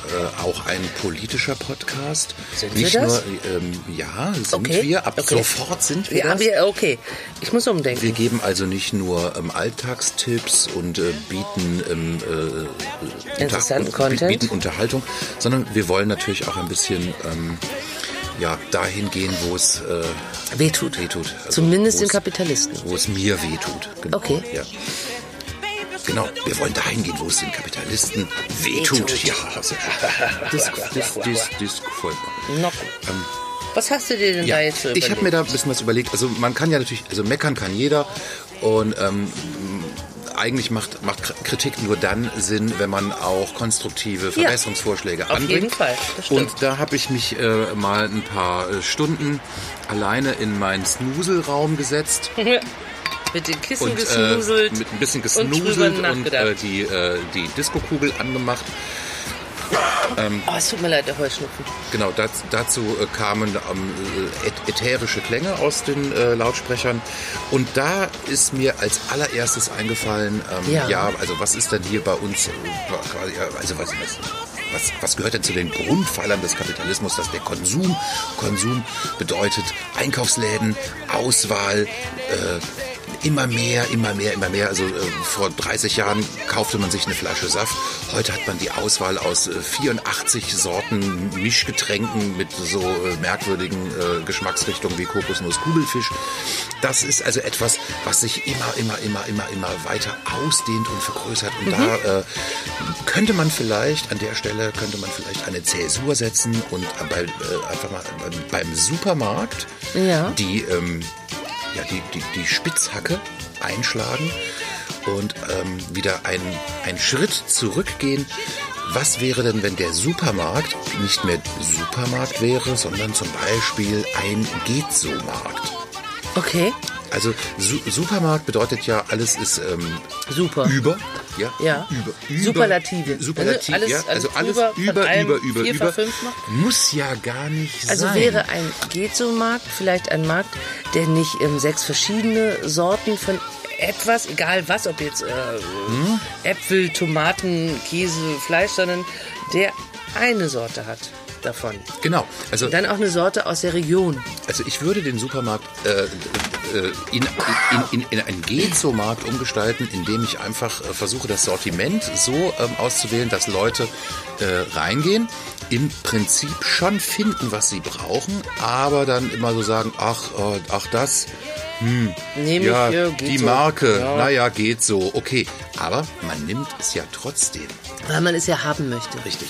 auch ein politischer Podcast. Sind wir nicht das? nur ähm, ja, sind Okay. wir. Ab Okay. sofort sind wir Ja, das. wir, okay. Ich muss umdenken. Wir geben also nicht nur ähm, Alltagstipps und äh, bieten, ähm, äh, Interessanten unter- Content. bieten Unterhaltung, sondern wir wollen natürlich auch ein bisschen ähm, ja, dahin gehen, wo es äh, Wehtut. wehtut. Also, Zumindest wo den es- Kapitalisten. Wo es mir wehtut. Genau. Okay. Ja. Genau, wir wollen dahin gehen, wo es den Kapitalisten wehtut. Ja, also, das, das, das, das gefällt mir. Noch. Was hast du dir denn da Ja, jetzt so ich habe mir da ein bisschen was überlegt. Also man kann ja natürlich, also meckern kann jeder und ähm, eigentlich macht, macht Kri- Kritik nur dann Sinn, wenn man auch konstruktive Verbesserungsvorschläge jeden anbringt. Fall, das stimmt. und da habe ich mich äh, mal ein paar äh, Stunden alleine in meinen Snuselraum gesetzt überlegt? Mit den Kissen und äh, gesnuselt. mit ein bisschen Und drüber gesnuselt und, nachgedacht. äh, die, äh, die Diskokugel angemacht. Ähm, oh, es tut mir leid, der Heuschnupfen. Genau, das, dazu äh, kamen ähm, ä- ätherische Klänge aus den äh, Lautsprechern. Und da ist mir als allererstes eingefallen, ähm, Ja. ja. also was ist denn hier bei uns, äh, quasi, äh, also was, was, was, was gehört denn zu den Grundpfeilern des Kapitalismus, dass der Konsum, Konsum bedeutet Einkaufsläden, Auswahl, äh, immer mehr, immer mehr, immer mehr. Also äh, vor 30 Jahren kaufte man sich eine Flasche Saft. Heute hat man die Auswahl aus äh, 84 Sorten Mischgetränken mit so äh, merkwürdigen äh, Geschmacksrichtungen wie Kokosnuss, Kugelfisch. Das ist also etwas, was sich immer, immer, immer, immer, immer weiter ausdehnt und vergrößert. Und da äh, könnte man vielleicht an der Stelle könnte man vielleicht eine Zäsur setzen und bei, äh, einfach mal beim- beim Supermarkt Ja. die, ähm, ja, die, die, die Spitzhacke einschlagen und ähm, wieder einen, einen Schritt zurückgehen. Was wäre denn, wenn der Supermarkt nicht mehr Supermarkt wäre, sondern zum Beispiel ein Gehtso-Markt? Okay, Also Su Supermarkt bedeutet ja, alles ist ähm, super. über. Ja, Ja. Über, über, Superlative. Superlativ, Also alles- ja. Also alles alles über, über, von über, allem über, über. vier verfünfmacht. Muss ja gar nicht Also sein. wäre ein Gezo-Markt vielleicht ein Markt, der nicht ähm, sechs verschiedene Sorten von etwas, egal was, ob jetzt äh, Hm? Äpfel, Tomaten, Käse, Fleisch, sondern der eine Sorte hat davon. Genau. Also Dann auch eine Sorte aus der Region. Also ich würde den Supermarkt äh, äh, in, in, in, in einen Gezo-Markt umgestalten, indem ich einfach äh, versuche, das Sortiment so ähm, auszuwählen, dass Leute äh, reingehen, im Prinzip schon finden, was sie brauchen, aber dann immer so sagen, ach, äh, ach das, Nehme ja, ich hier, die Gezo. Marke, Ja. naja, geht so, okay. Aber man nimmt es ja trotzdem. Weil man es ja haben möchte. Richtig.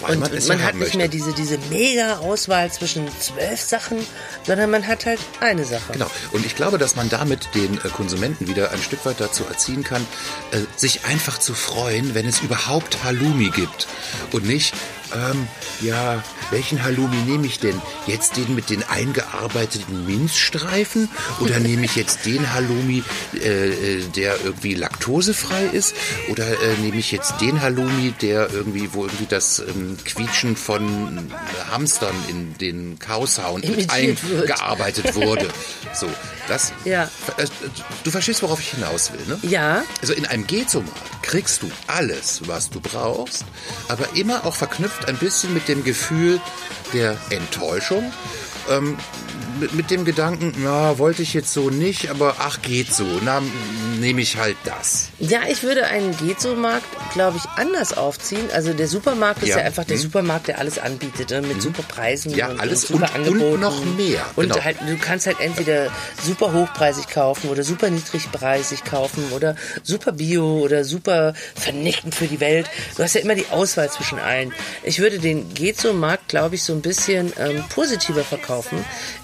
Weil Und man man, es ja hat haben nicht möchte. mehr diese, diese mega Auswahl zwischen zwölf Sachen, sondern man hat halt eine Sache. Genau. Und ich glaube, dass man damit den äh, Konsumenten wieder ein Stück weit dazu erziehen kann, äh, sich einfach zu freuen, wenn es überhaupt Halloumi gibt. Und nicht, ähm, ja, welchen Halloumi nehme ich denn? Jetzt den mit den eingearbeiteten Minzstreifen? Oder nehme ich jetzt den Halloumi, äh, äh, der irgendwie laktosefrei ist? Oder äh, nehme ich jetzt den Halloumi, der irgendwie, wo irgendwie das ähm, Quietschen von äh, Hamstern in den Cowsound mit Imitiert wird. eingearbeitet wurde? So, das. Ja. Äh, Du verstehst, worauf ich hinaus will, ne? Ja. Also in einem Gezomarkt kriegst du alles, was du brauchst, aber immer auch verknüpft ein bisschen mit dem Gefühl der Enttäuschung. Ähm, mit, mit dem Gedanken, na, wollte ich jetzt so nicht, aber ach, geht so. Na, nehme ich halt das. Ja, ich würde einen Gezo-Markt, glaube ich, anders aufziehen. Also der Supermarkt ist Ja. Mhm. ja, einfach der Supermarkt, der alles anbietet, ne? mit super Preisen Ja, und, alles und super und- und Angeboten. noch mehr, Und genau. halt, du kannst halt entweder super hochpreisig kaufen oder super niedrigpreisig kaufen oder super bio oder super vernichtend für die Welt. Du hast ja immer die Auswahl zwischen allen. Ich würde den Gezo-Markt, glaube ich, so ein bisschen ähm, positiver verkaufen.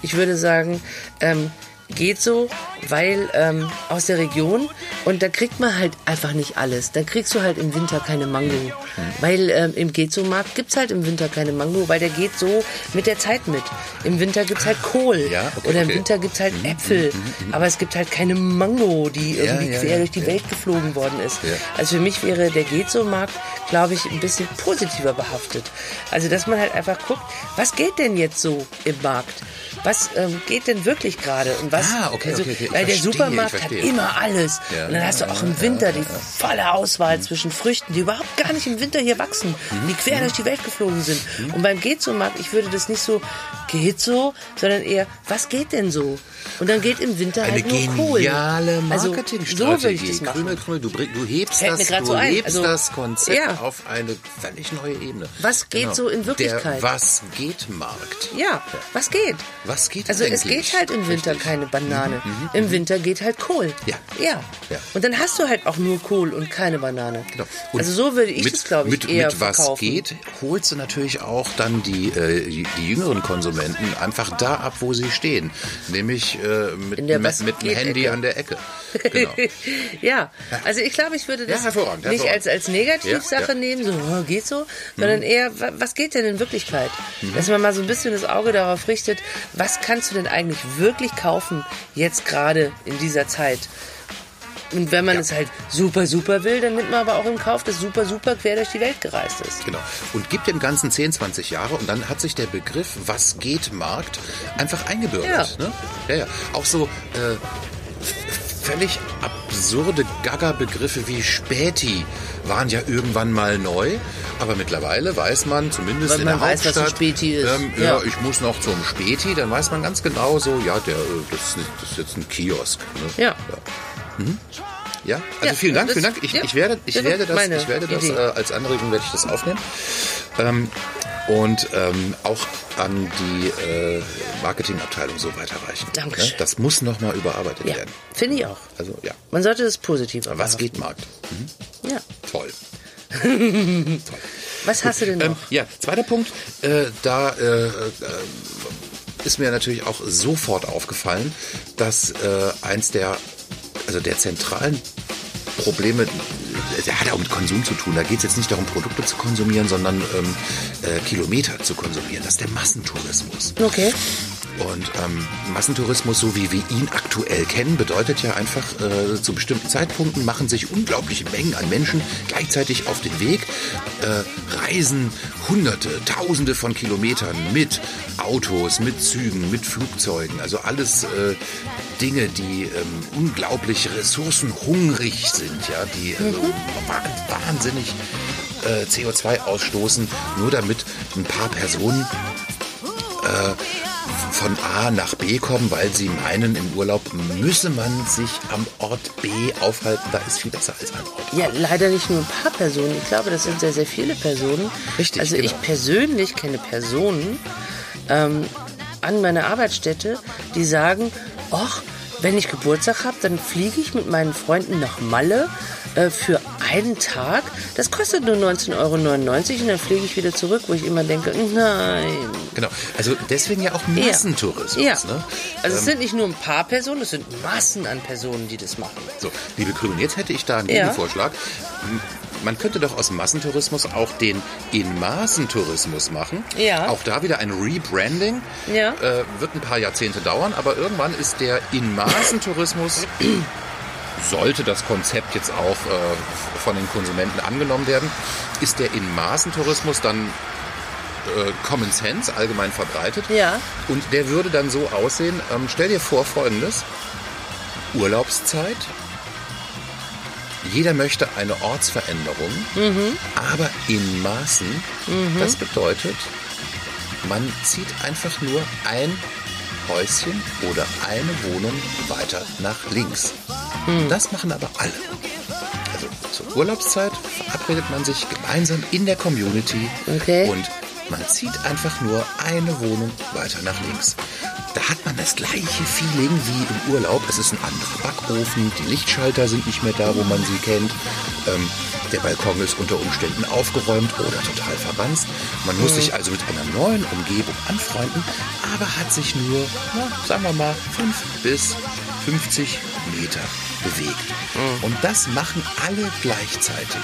Ich würde sagen, ähm, geht so, weil ähm, aus der Region und da kriegt man halt einfach nicht alles. Dann kriegst du halt im Winter keine Mango, weil ähm, im Gezo-Markt gibt's halt im Winter keine Mango, weil der geht so mit der Zeit mit. Im Winter gibt's halt Kohl ja, okay, Mhm, oder im okay. Winter gibt's halt Äpfel, aber es gibt halt keine Mango, die irgendwie ja, quer ja, durch die ja. Welt geflogen worden ist. Also für mich wäre der Gezo-Markt, glaube ich, ein bisschen positiver behaftet. Also dass man halt einfach guckt, was geht denn jetzt so im Markt? Was ähm, geht denn wirklich gerade? Und was also, Ah, okay, okay, okay. Ich Weil verstehe, der ich Supermarkt hat verstehe. immer alles. und dann hast du auch im Winter die volle Auswahl zwischen Früchten, die überhaupt gar nicht im Winter hier wachsen, Mhm. die quer durch die Welt geflogen sind. Und beim Gezo-Markt, ich würde das nicht so, geht so, sondern eher, was geht denn so? Und dann geht im Winter Eine halt nur Kohl. geniale Also, so würde ich Marketingstrategie. das machen. Krümel, Krümel, du, bring- du hebst, Fällt mir das, grad du so ein. hebst Also, das Konzept ja. auf eine völlig neue Ebene. Genau. Was geht so in Der Wirklichkeit? Was geht Markt. Ja, was geht? Was geht Also es eigentlich? geht halt im Winter Richtig. Mhm, keine Banane. Im Winter geht halt Kohl. Ja. Ja. Ja. Und dann hast du halt auch nur Kohl und keine Banane. Genau. Und Also so würde ich mit, das, glaube ich, mit, eher Mit was verkaufen. geht, holst du natürlich auch dann die, äh, die, die jüngeren Konsumenten einfach da ab, wo sie stehen. Nämlich äh, mit, In der mit, Was mit dem geht Handy Ecke. an der Ecke. Genau. ja, also ich glaube, ich würde das Ja, hervorragend, nicht hervorragend. als, als Negativsache Ja, Mhm. ja. nehmen, so oh, geht so, sondern eher, wa- was geht denn in Wirklichkeit? Mhm. Dass man mal so ein bisschen das Auge darauf richtet, was kannst du denn eigentlich wirklich kaufen, jetzt gerade in dieser Zeit? Und wenn man es halt super, super will, dann nimmt man aber auch in Kauf, dass super, super quer durch die Welt gereist ist. Genau. Und gibt dem Ganzen 10, 20 Jahre und dann hat sich der Begriff Was geht Markt einfach eingebürgert. Ja. Ne? ja, ja. Auch so äh, v- völlig absurde Gaga-Begriffe wie Späti waren ja irgendwann mal neu, aber mittlerweile weiß man zumindest Weil in man der weiß, was ein Hauptstadt, Späti ist. Ähm, ja. Ja. ich muss noch zum Späti, dann weiß man ganz genau so, ja, der, äh, das, ist, nicht, das ist jetzt ein Kiosk. Ne? Ja. ja. Ja, also Ja, vielen Dank, das- vielen Dank. Ich, ja, ich werde, ich das werde ist das, meine ich werde das äh, Idee. als Anregung werde ich das aufnehmen. Ähm, und ähm, auch an die äh, Marketingabteilung so weiterreichen. Dankeschön. Ne? Das muss nochmal überarbeitet Ja, werden. finde ich auch. Also ja, Man sollte das positiv was machen. geht Markt? Mhm. Ja. Toll. Was hast du denn noch? Ähm, ja, zweiter Punkt, äh, da äh, äh, ist mir natürlich auch sofort aufgefallen, dass äh, eins der, also der zentralen Probleme, der hat ja auch mit Konsum zu tun. Da geht es jetzt nicht darum, Produkte zu konsumieren, sondern ähm, äh, Kilometer zu konsumieren. Das ist der Massentourismus. okay. Und ähm, Massentourismus, so wie wir ihn aktuell kennen, bedeutet ja einfach, äh, zu bestimmten Zeitpunkten machen sich unglaubliche Mengen an Menschen gleichzeitig auf den Weg, äh, reisen Hunderte, Tausende von Kilometern mit Autos, mit Zügen, mit Flugzeugen. Also alles äh, Dinge, die ähm, unglaublich ressourcenhungrig sind, ja, die äh, wa- wahnsinnig äh, CO2 ausstoßen, nur damit ein paar Personen von A nach B kommen, weil sie meinen, im Urlaub müsse man sich am Ort B aufhalten. Da ist viel besser als am Ort A. Ja, leider nicht nur ein paar Personen. Ich glaube, das sind sehr, sehr viele Personen. Richtig, Also genau. ich persönlich kenne Personen ähm, an meiner Arbeitsstätte, die sagen, ach, wenn ich Geburtstag habe, dann fliege ich mit meinen Freunden nach Malle äh, für einen Tag. Das kostet nur 19,99 Euro und dann fliege ich wieder zurück, wo ich immer denke, nein. Genau. Also deswegen ja auch Ja. Massentourismus. Ja. Ne? Also es sind nicht nur ein paar Personen, es sind Massen an Personen, die das machen. So, liebe Grünen, jetzt hätte ich da einen Ja. Gegenvorschlag. M- Man könnte doch aus Massentourismus auch den in Maßentourismus machen. Ja. Auch da wieder ein Rebranding. Ja. Äh, wird ein paar Jahrzehnte dauern, aber irgendwann ist der in Maßentourismus sollte das Konzept jetzt auch äh, von den Konsumenten angenommen werden, ist der in Maßentourismus dann äh, Common Sense allgemein verbreitet. Ja. Und der würde dann so aussehen, ähm, stell dir vor folgendes, Urlaubszeit, jeder möchte eine Ortsveränderung, aber in Maßen. Das bedeutet, man zieht einfach nur ein Häuschen oder eine Wohnung weiter nach links. Das machen aber alle. Also zur Urlaubszeit verabredet man sich gemeinsam in der Community Okay. und man zieht einfach nur eine Wohnung weiter nach links. Da hat man das gleiche Feeling wie im Urlaub. Es ist ein anderer Backofen, die Lichtschalter sind nicht mehr da, wo man sie kennt. Ähm, der Balkon ist unter Umständen aufgeräumt oder total verranzt. Man muss sich also mit einer neuen Umgebung anfreunden, aber hat sich nur, na, sagen wir mal, 5 bis 50 Meter bewegt. Und das machen alle gleichzeitig.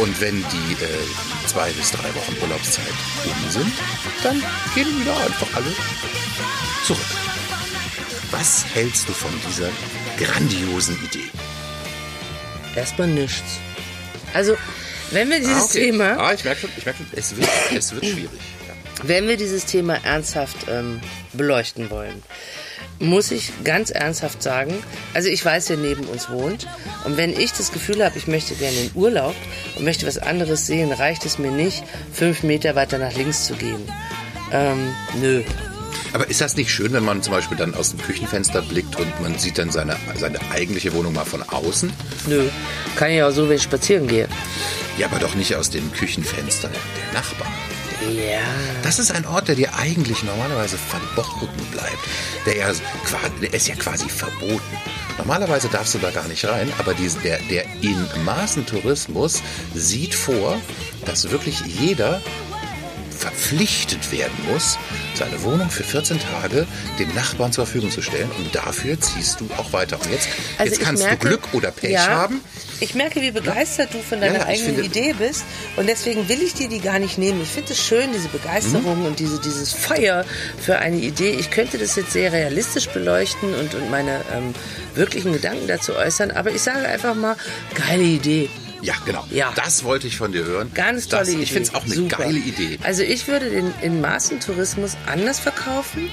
Und wenn die äh, zwei bis drei Wochen Urlaubszeit um sind, dann gehen wieder einfach alle zurück. Was hältst du von dieser grandiosen Idee? Erstmal nichts. Also, wenn wir dieses Thema. Ah, ich merke schon, ich merke schon es, wird, es wird schwierig. Ja. Wenn wir dieses Thema ernsthaft ähm, beleuchten wollen, muss ich ganz ernsthaft sagen, also ich weiß, wer neben uns wohnt. Und wenn ich das Gefühl habe, ich möchte gerne in Urlaub und möchte was anderes sehen, reicht es mir nicht, fünf Meter weiter nach links zu gehen. Ähm, nö. Aber ist das nicht schön, wenn man zum Beispiel dann aus dem Küchenfenster blickt und man sieht dann seine, seine eigentliche Wohnung mal von außen? Nö. Kann ich auch so, wenn ich spazieren gehe. Ja, aber doch nicht aus dem Küchenfenster der Nachbarn. Ja. Das ist ein Ort, der dir eigentlich normalerweise verborgen bleibt. Der, ja quasi, der ist ja quasi verboten. Normalerweise darfst du da gar nicht rein, aber diese, der, der in Maßentourismus sieht vor, dass wirklich jeder verpflichtet werden muss, seine Wohnung für 14 Tage dem Nachbarn zur Verfügung zu stellen und dafür ziehst du auch weiter. Und jetzt, jetzt Also ich kannst merke- du Glück oder Pech ja, haben. Ich merke, wie begeistert du von deiner Ja, ich eigenen finde- Idee bist. Und deswegen will ich dir die gar nicht nehmen. Ich finde es schön, diese Begeisterung Mhm. und diese, dieses Feuer für eine Idee. Ich könnte das jetzt sehr realistisch beleuchten und, und meine ähm, wirklichen Gedanken dazu äußern. Aber ich sage einfach mal, geile Idee. Ja, genau. Ja. Das wollte ich von dir hören. Ganz tolle das, Idee. Ich finde es auch eine Super. geile Idee. Also ich würde den in Maßentourismus anders verkaufen.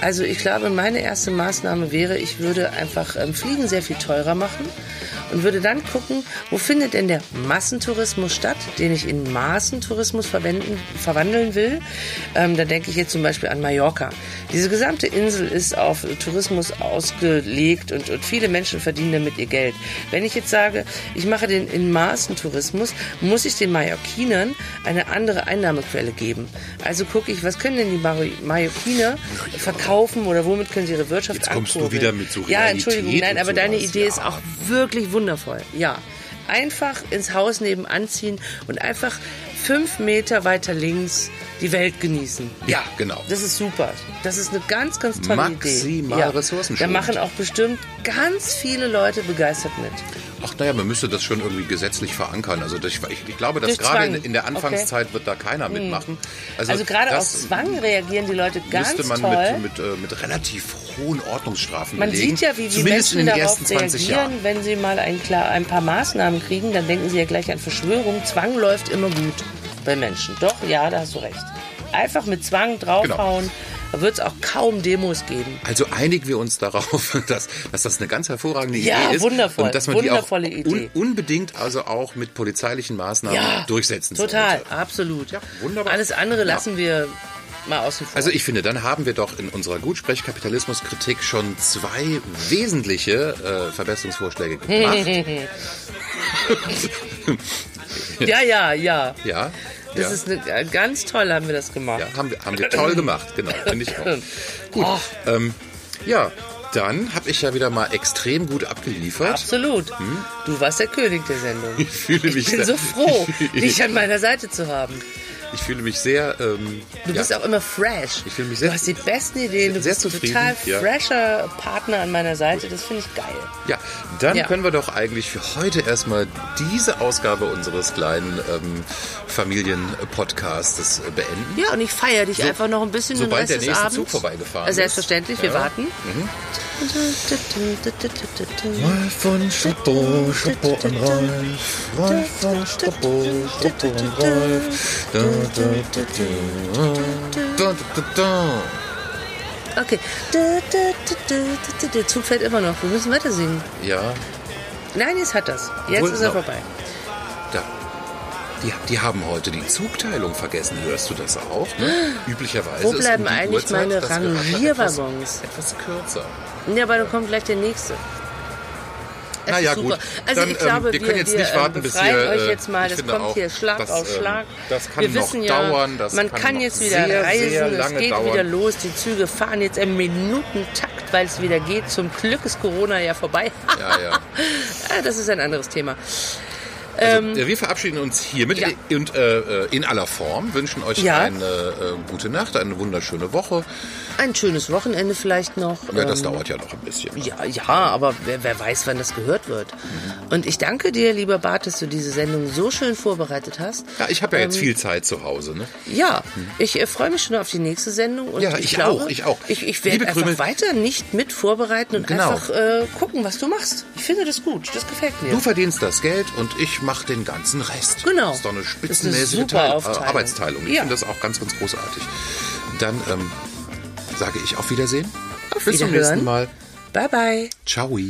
Also ich glaube, meine erste Maßnahme wäre, ich würde einfach ähm, Fliegen sehr viel teurer machen und würde dann gucken, wo findet denn der Massentourismus statt, den ich in Maßentourismus verwenden, verwandeln will. Ähm, da denke ich jetzt zum Beispiel an Mallorca. Diese gesamte Insel ist auf Tourismus ausgelegt und, und viele Menschen verdienen damit ihr Geld. Wenn ich jetzt sage, ich mache den in Maßen Tourismus, muss ich den Mallorquinern eine andere Einnahmequelle geben. Also gucke ich, was können denn die Mar- Mallorquiner verkaufen oder womit können sie ihre Wirtschaft Jetzt kommst du ankurbeln? wieder mit so Ja, Realität Entschuldigung, nein, und aber deine sowas. Idee ist Ja. auch wirklich wundervoll. Ja. Einfach ins Haus nebenan ziehen und einfach fünf Meter weiter links die Welt genießen. Ja, genau. Das ist super. Das ist eine ganz, ganz tolle Maximal Idee. Da ressourcenschonend. machen auch bestimmt ganz viele Leute begeistert mit. Ach naja, man müsste das schon irgendwie gesetzlich verankern. Also das, ich, ich glaube, dass Durch gerade in, Zwang. Hm. in der Anfangszeit wird da keiner mitmachen. Also, gerade auf das Zwang reagieren die Leute ganz müsste man toll. mit, mit, äh, mit relativ hohen Ordnungsstrafen man belegen. sieht ja, wie die Zumindest Menschen in den darauf ersten 20 reagieren, Jahren. wenn sie mal ein, klar, ein paar Maßnahmen kriegen, dann denken sie ja gleich an Verschwörung. Zwang läuft immer gut bei Menschen. Doch, ja, da hast du recht. Einfach mit Zwang Genau. draufhauen, da wird es auch kaum Demos geben. Also einigen wir uns darauf, dass, dass das eine ganz hervorragende Ja, Idee ist. wundervoll, Und dass man wundervolle die auch Idee. unbedingt also auch mit polizeilichen Maßnahmen Ja, durchsetzen Total, sollte. absolut. Ja, wunderbar. Alles andere Ja. lassen wir mal außen vor. Also ich finde, dann haben wir doch in unserer Gutsprechkapitalismuskritik schon zwei wesentliche äh, Verbesserungsvorschläge gemacht. ja, ja, ja. ja. Das ja. ist eine, äh, ganz toll, haben wir das gemacht. Oh. Ja, haben wir, haben wir toll gemacht, genau, finde ich auch. Gut. Ähm, ja, Dann habe ich ja wieder mal extrem gut abgeliefert. Absolut. Du warst der König der Sendung. Hm? Ich fühle mich ich bin da- so froh, dich an meiner Seite zu haben. Ich fühle mich sehr. Ähm, Du bist auch immer fresh. Ich fühle mich sehr- du hast die besten Ideen, du sehr bist zufrieden, total ja. fresher Partner an meiner Seite. Das finde ich geil. Ja, dann Ja. können wir doch eigentlich für heute erstmal diese Ausgabe unseres kleinen ähm, Familienpodcasts äh, beenden. Ja, und ich feiere dich einfach noch ein bisschen den sobald Rest der des nächste Abends. Zug vorbeigefahren Äh, ist. Selbstverständlich, wir Ja. warten. Rolf und Stoppo, Stoppo und Rolf. Rolf und Stoppo, Stoppo und Rolf. Da, da, da, da, da, da, da. Okay. Der Zug fährt immer noch. Wir müssen weiter singen. Ja, Nein, jetzt hat das. Jetzt Wohl ist er noch. vorbei. da. Die, die haben heute die Zugteilung vergessen. Hörst du das auch? Ne? Üblicherweise Wo ist um bleiben die eigentlich Uhrzeit genau meine das Geraffel Rangierwaggons? Etwas, etwas kürzer. Ja, aber dann kommt gleich der nächste. Es Na ja, ist super. gut. Also Dann, ich glaube, ähm, wir können jetzt nicht ähm, warten, bis befreien hier, euch äh, jetzt mal. ich Das finde kommt auch, hier Schlag das, auf ähm, Schlag. das kann wir noch wissen ja, dauern, das man kann kann, noch jetzt wieder sehr, reisen. sehr es lange geht dauern. wieder los. Die Züge fahren jetzt im Minutentakt, weil es wieder geht. Zum Glück ist Corona ja vorbei. Ja, ja. Ah, das ist ein anderes Thema. Äh, Wir verabschieden uns hiermit Ähm, Ja. äh, und äh, äh, in aller Form wünschen euch Ja. eine äh, gute Nacht, eine wunderschöne Woche. Ein schönes Wochenende vielleicht noch. Ja, das Ähm, dauert ja noch ein bisschen. Ja, ja, aber wer, wer weiß, wann das gehört wird. Mhm. Und ich danke dir, lieber Bart, dass du diese Sendung so schön vorbereitet hast. Ja, ich habe ja jetzt ähm, viel Zeit zu Hause. Ne? Ja, ich äh, freue mich schon auf die nächste Sendung. Und Ja, ich, ich glaube, auch, ich auch. Ich, ich Liebe werde einfach Krümel- weiter nicht mit vorbereiten und Genau. einfach äh, gucken, was du machst. Ich finde das gut, das gefällt mir. Du verdienst das Geld und ich mache den ganzen Rest. Genau. Das ist doch eine Das ist eine spitzenmäßige super Teil- Aufteilung. äh, Arbeitsteilung. Ich Ja. finde das auch ganz, ganz großartig. Dann ähm, sage ich auf Wiedersehen. Auf Bis zum nächsten Wiederhören. Mal. bye, bye. Ciao.